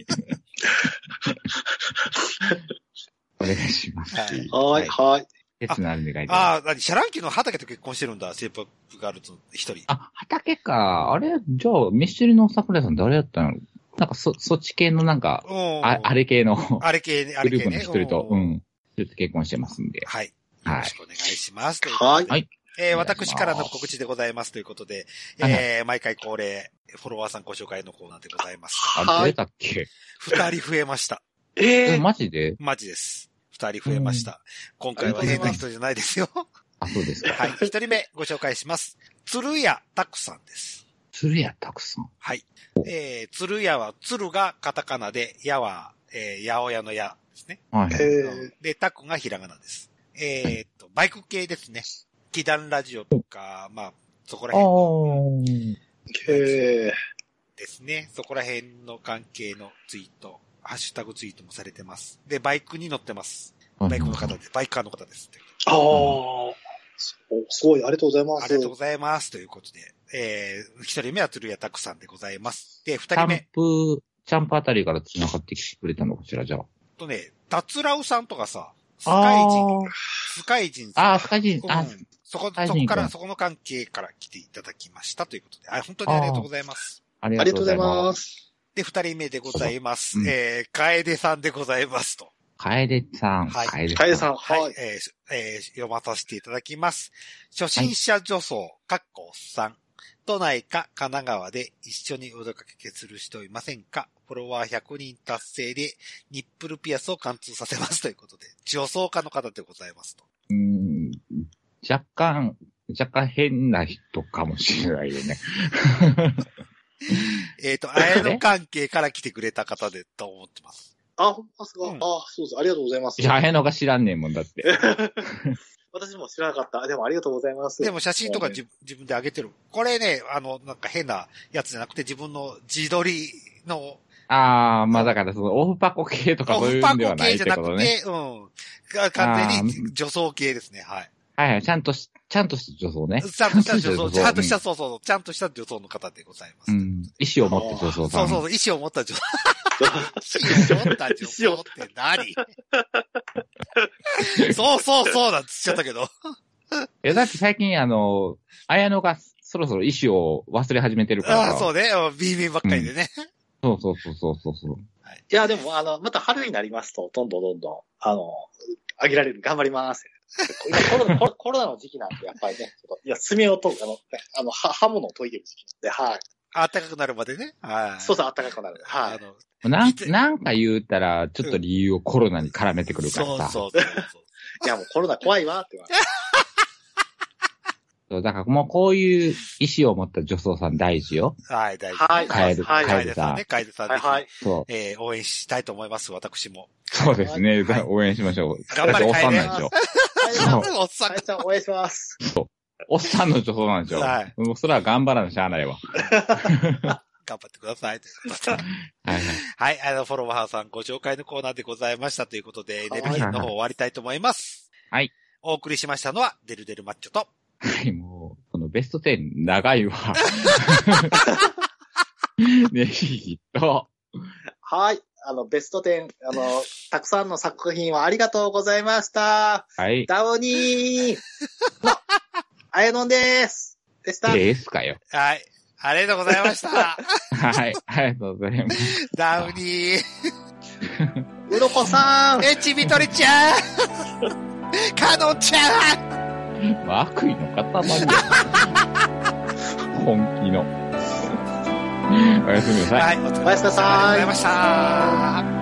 お願いします。はいはい、はい。切なる願いで。あああ、何シャランキューの畑と結婚してるんだ、セープアップガールズの一人。畑か。あれじゃあ、ミスチルの桜井さん誰だったのなんか、そ、そっち系のなんか、うんああれ系のあれ系ね、あグれル系ープのね。一人と、ううんん。ちょっと結婚してますんで。はい。よはいろしくお願いします。とうことではい。はい。えーお願いします私からの告知でございますということで、はいえー毎回恒例、フォロワーさんご紹介のコーナーでございます。あ、はい出たっけ二人増えました。ええ、えマジでマジです。二人増えました。今回は変な人じゃないですよ。あ、そうですか。はい。一人目ご紹介します。鶴屋拓さんです。鶴屋たくさん。はい。えー、鶴屋は鶴がカタカナで、矢は、えー、八百屋の矢ですね。はい。えで、タクがひらがなです。えーっと、バイク系ですね。祈願ラジオとか、まあ、そこらあ辺ーええですね。そこら辺の関係のツイート、ハッシュタグツイートもされてます。で、バイクに乗ってます。バイクの方です。バイカーの方です。ああ、そうすごい、ありがとうございます。ありがとうございます。ということで、えー、一人目は鶴屋拓さんでございます。で、キ二ャ人ン目プ、キャンプあたりから繋がってきてくれたのかしら、じゃあ。とね、達郎さんとかさ、スカイ人、スカイ人さんあーあー、スカイジン、あう、んそこ、大臣そこかくら、んそこの関係から来ていただきましたということで、あ本当にありがとうございます。ありあがりとがうとうごござざいいます。ます。で、二人目でございます。うんえー、カエデさんでございますと。楓さん、はい楓かさえん。さん、はい。はい。えーしえー読まさせていただきます。初心者女装、かっこおっさん。都内か神奈川で一緒にお出かけする人いませんかフォロワー100人達成でニップルピアスを貫通させますということで、女装家の方でございますと。うん若干、若干変な人かもしれないよね。 えっ、と、あやの関係から来てくれた方でと思ってます。あ、ほんまですか、うんあそうです。ありがとうございます。いや、変のが知らんねんもんだって。 私も知らなかった。でもありがとうございます。でも写真とか自自分で上げてる。これね、あの、なんか変なやつじゃなくて自分の自撮りの、ああ、まあだからその、オフパコ系とかそういうんではないっじゃてなことくね。て、うん。が完全に女装系ですね、はい。はいはい、ちゃんとし、ちゃんとした女装ね。ちゃんとした女女装、装ちゃんとした、そうそうそう、ちゃんとした女装の方でございます。うん。意思を持って女そ装うさそん。うそう、意思を持った 女装。意思を持った女装って何そうそうそうなんて言っちゃったけど。いや、だって最近あの、綾野がそろそろ意思を忘れ始めてるからああ、さ。そうね。うんビービーばっかりでね。そうそうそうそうそうそう。いや、でも、あの、また春になりますと、どんどんどんどん、あの、あげられる、頑張ります。今コロナコロ コロナの時期なんで、やっぱりね、ちょっといや、爪を研ぐ、あの、あのは刃物を研いでる時期なんで、はい。あったかくなるまでね。はい。そうそう、暖かくなる。はあい。の、なん、なんか言うたら、ちょっと理由をコロナに絡めてくるからさ。そうそうそうそう。いや、もうコロナ怖いわ、って言われて。そうだからもうこういう意思を持った女装さん大事よ。はい、大丈夫。はい。帰るはい。カはエい。デさんね、カエデさんはねい。はい。そう。えー応援したいと思います、私も。そうですね。はい応援しましょう。頑張れだっておっさんなんでしょ。そうはおっさんい。ちゃん、お願いします。おっさんの女装なんでしょ。はいもうそれは頑張らなしゃあないわ。頑張ってください。ということではいはい。はい、あの、フォロワーさんご紹介のコーナーでございましたということで、はデいルヒンの方終わりたいと思います。はい。お送りしましたのは、デルデルマッチョと、はい、もう、このベスト10 長いわ。ねひっと。はい。あの、ベスト10、あの、たくさんの作品をありがとうございました。はい。ダウニーの、あやのんです。でした。ですかよ。はい。ありがとうございま した。はい。ありがとうございます。ダウニー、うろこさんエチビトリち ゃん、カノンちゃん、悪意の塊よ。本気の。おやすみなさい。はい、お疲れ様でおやすみありがとうごなさいざいました。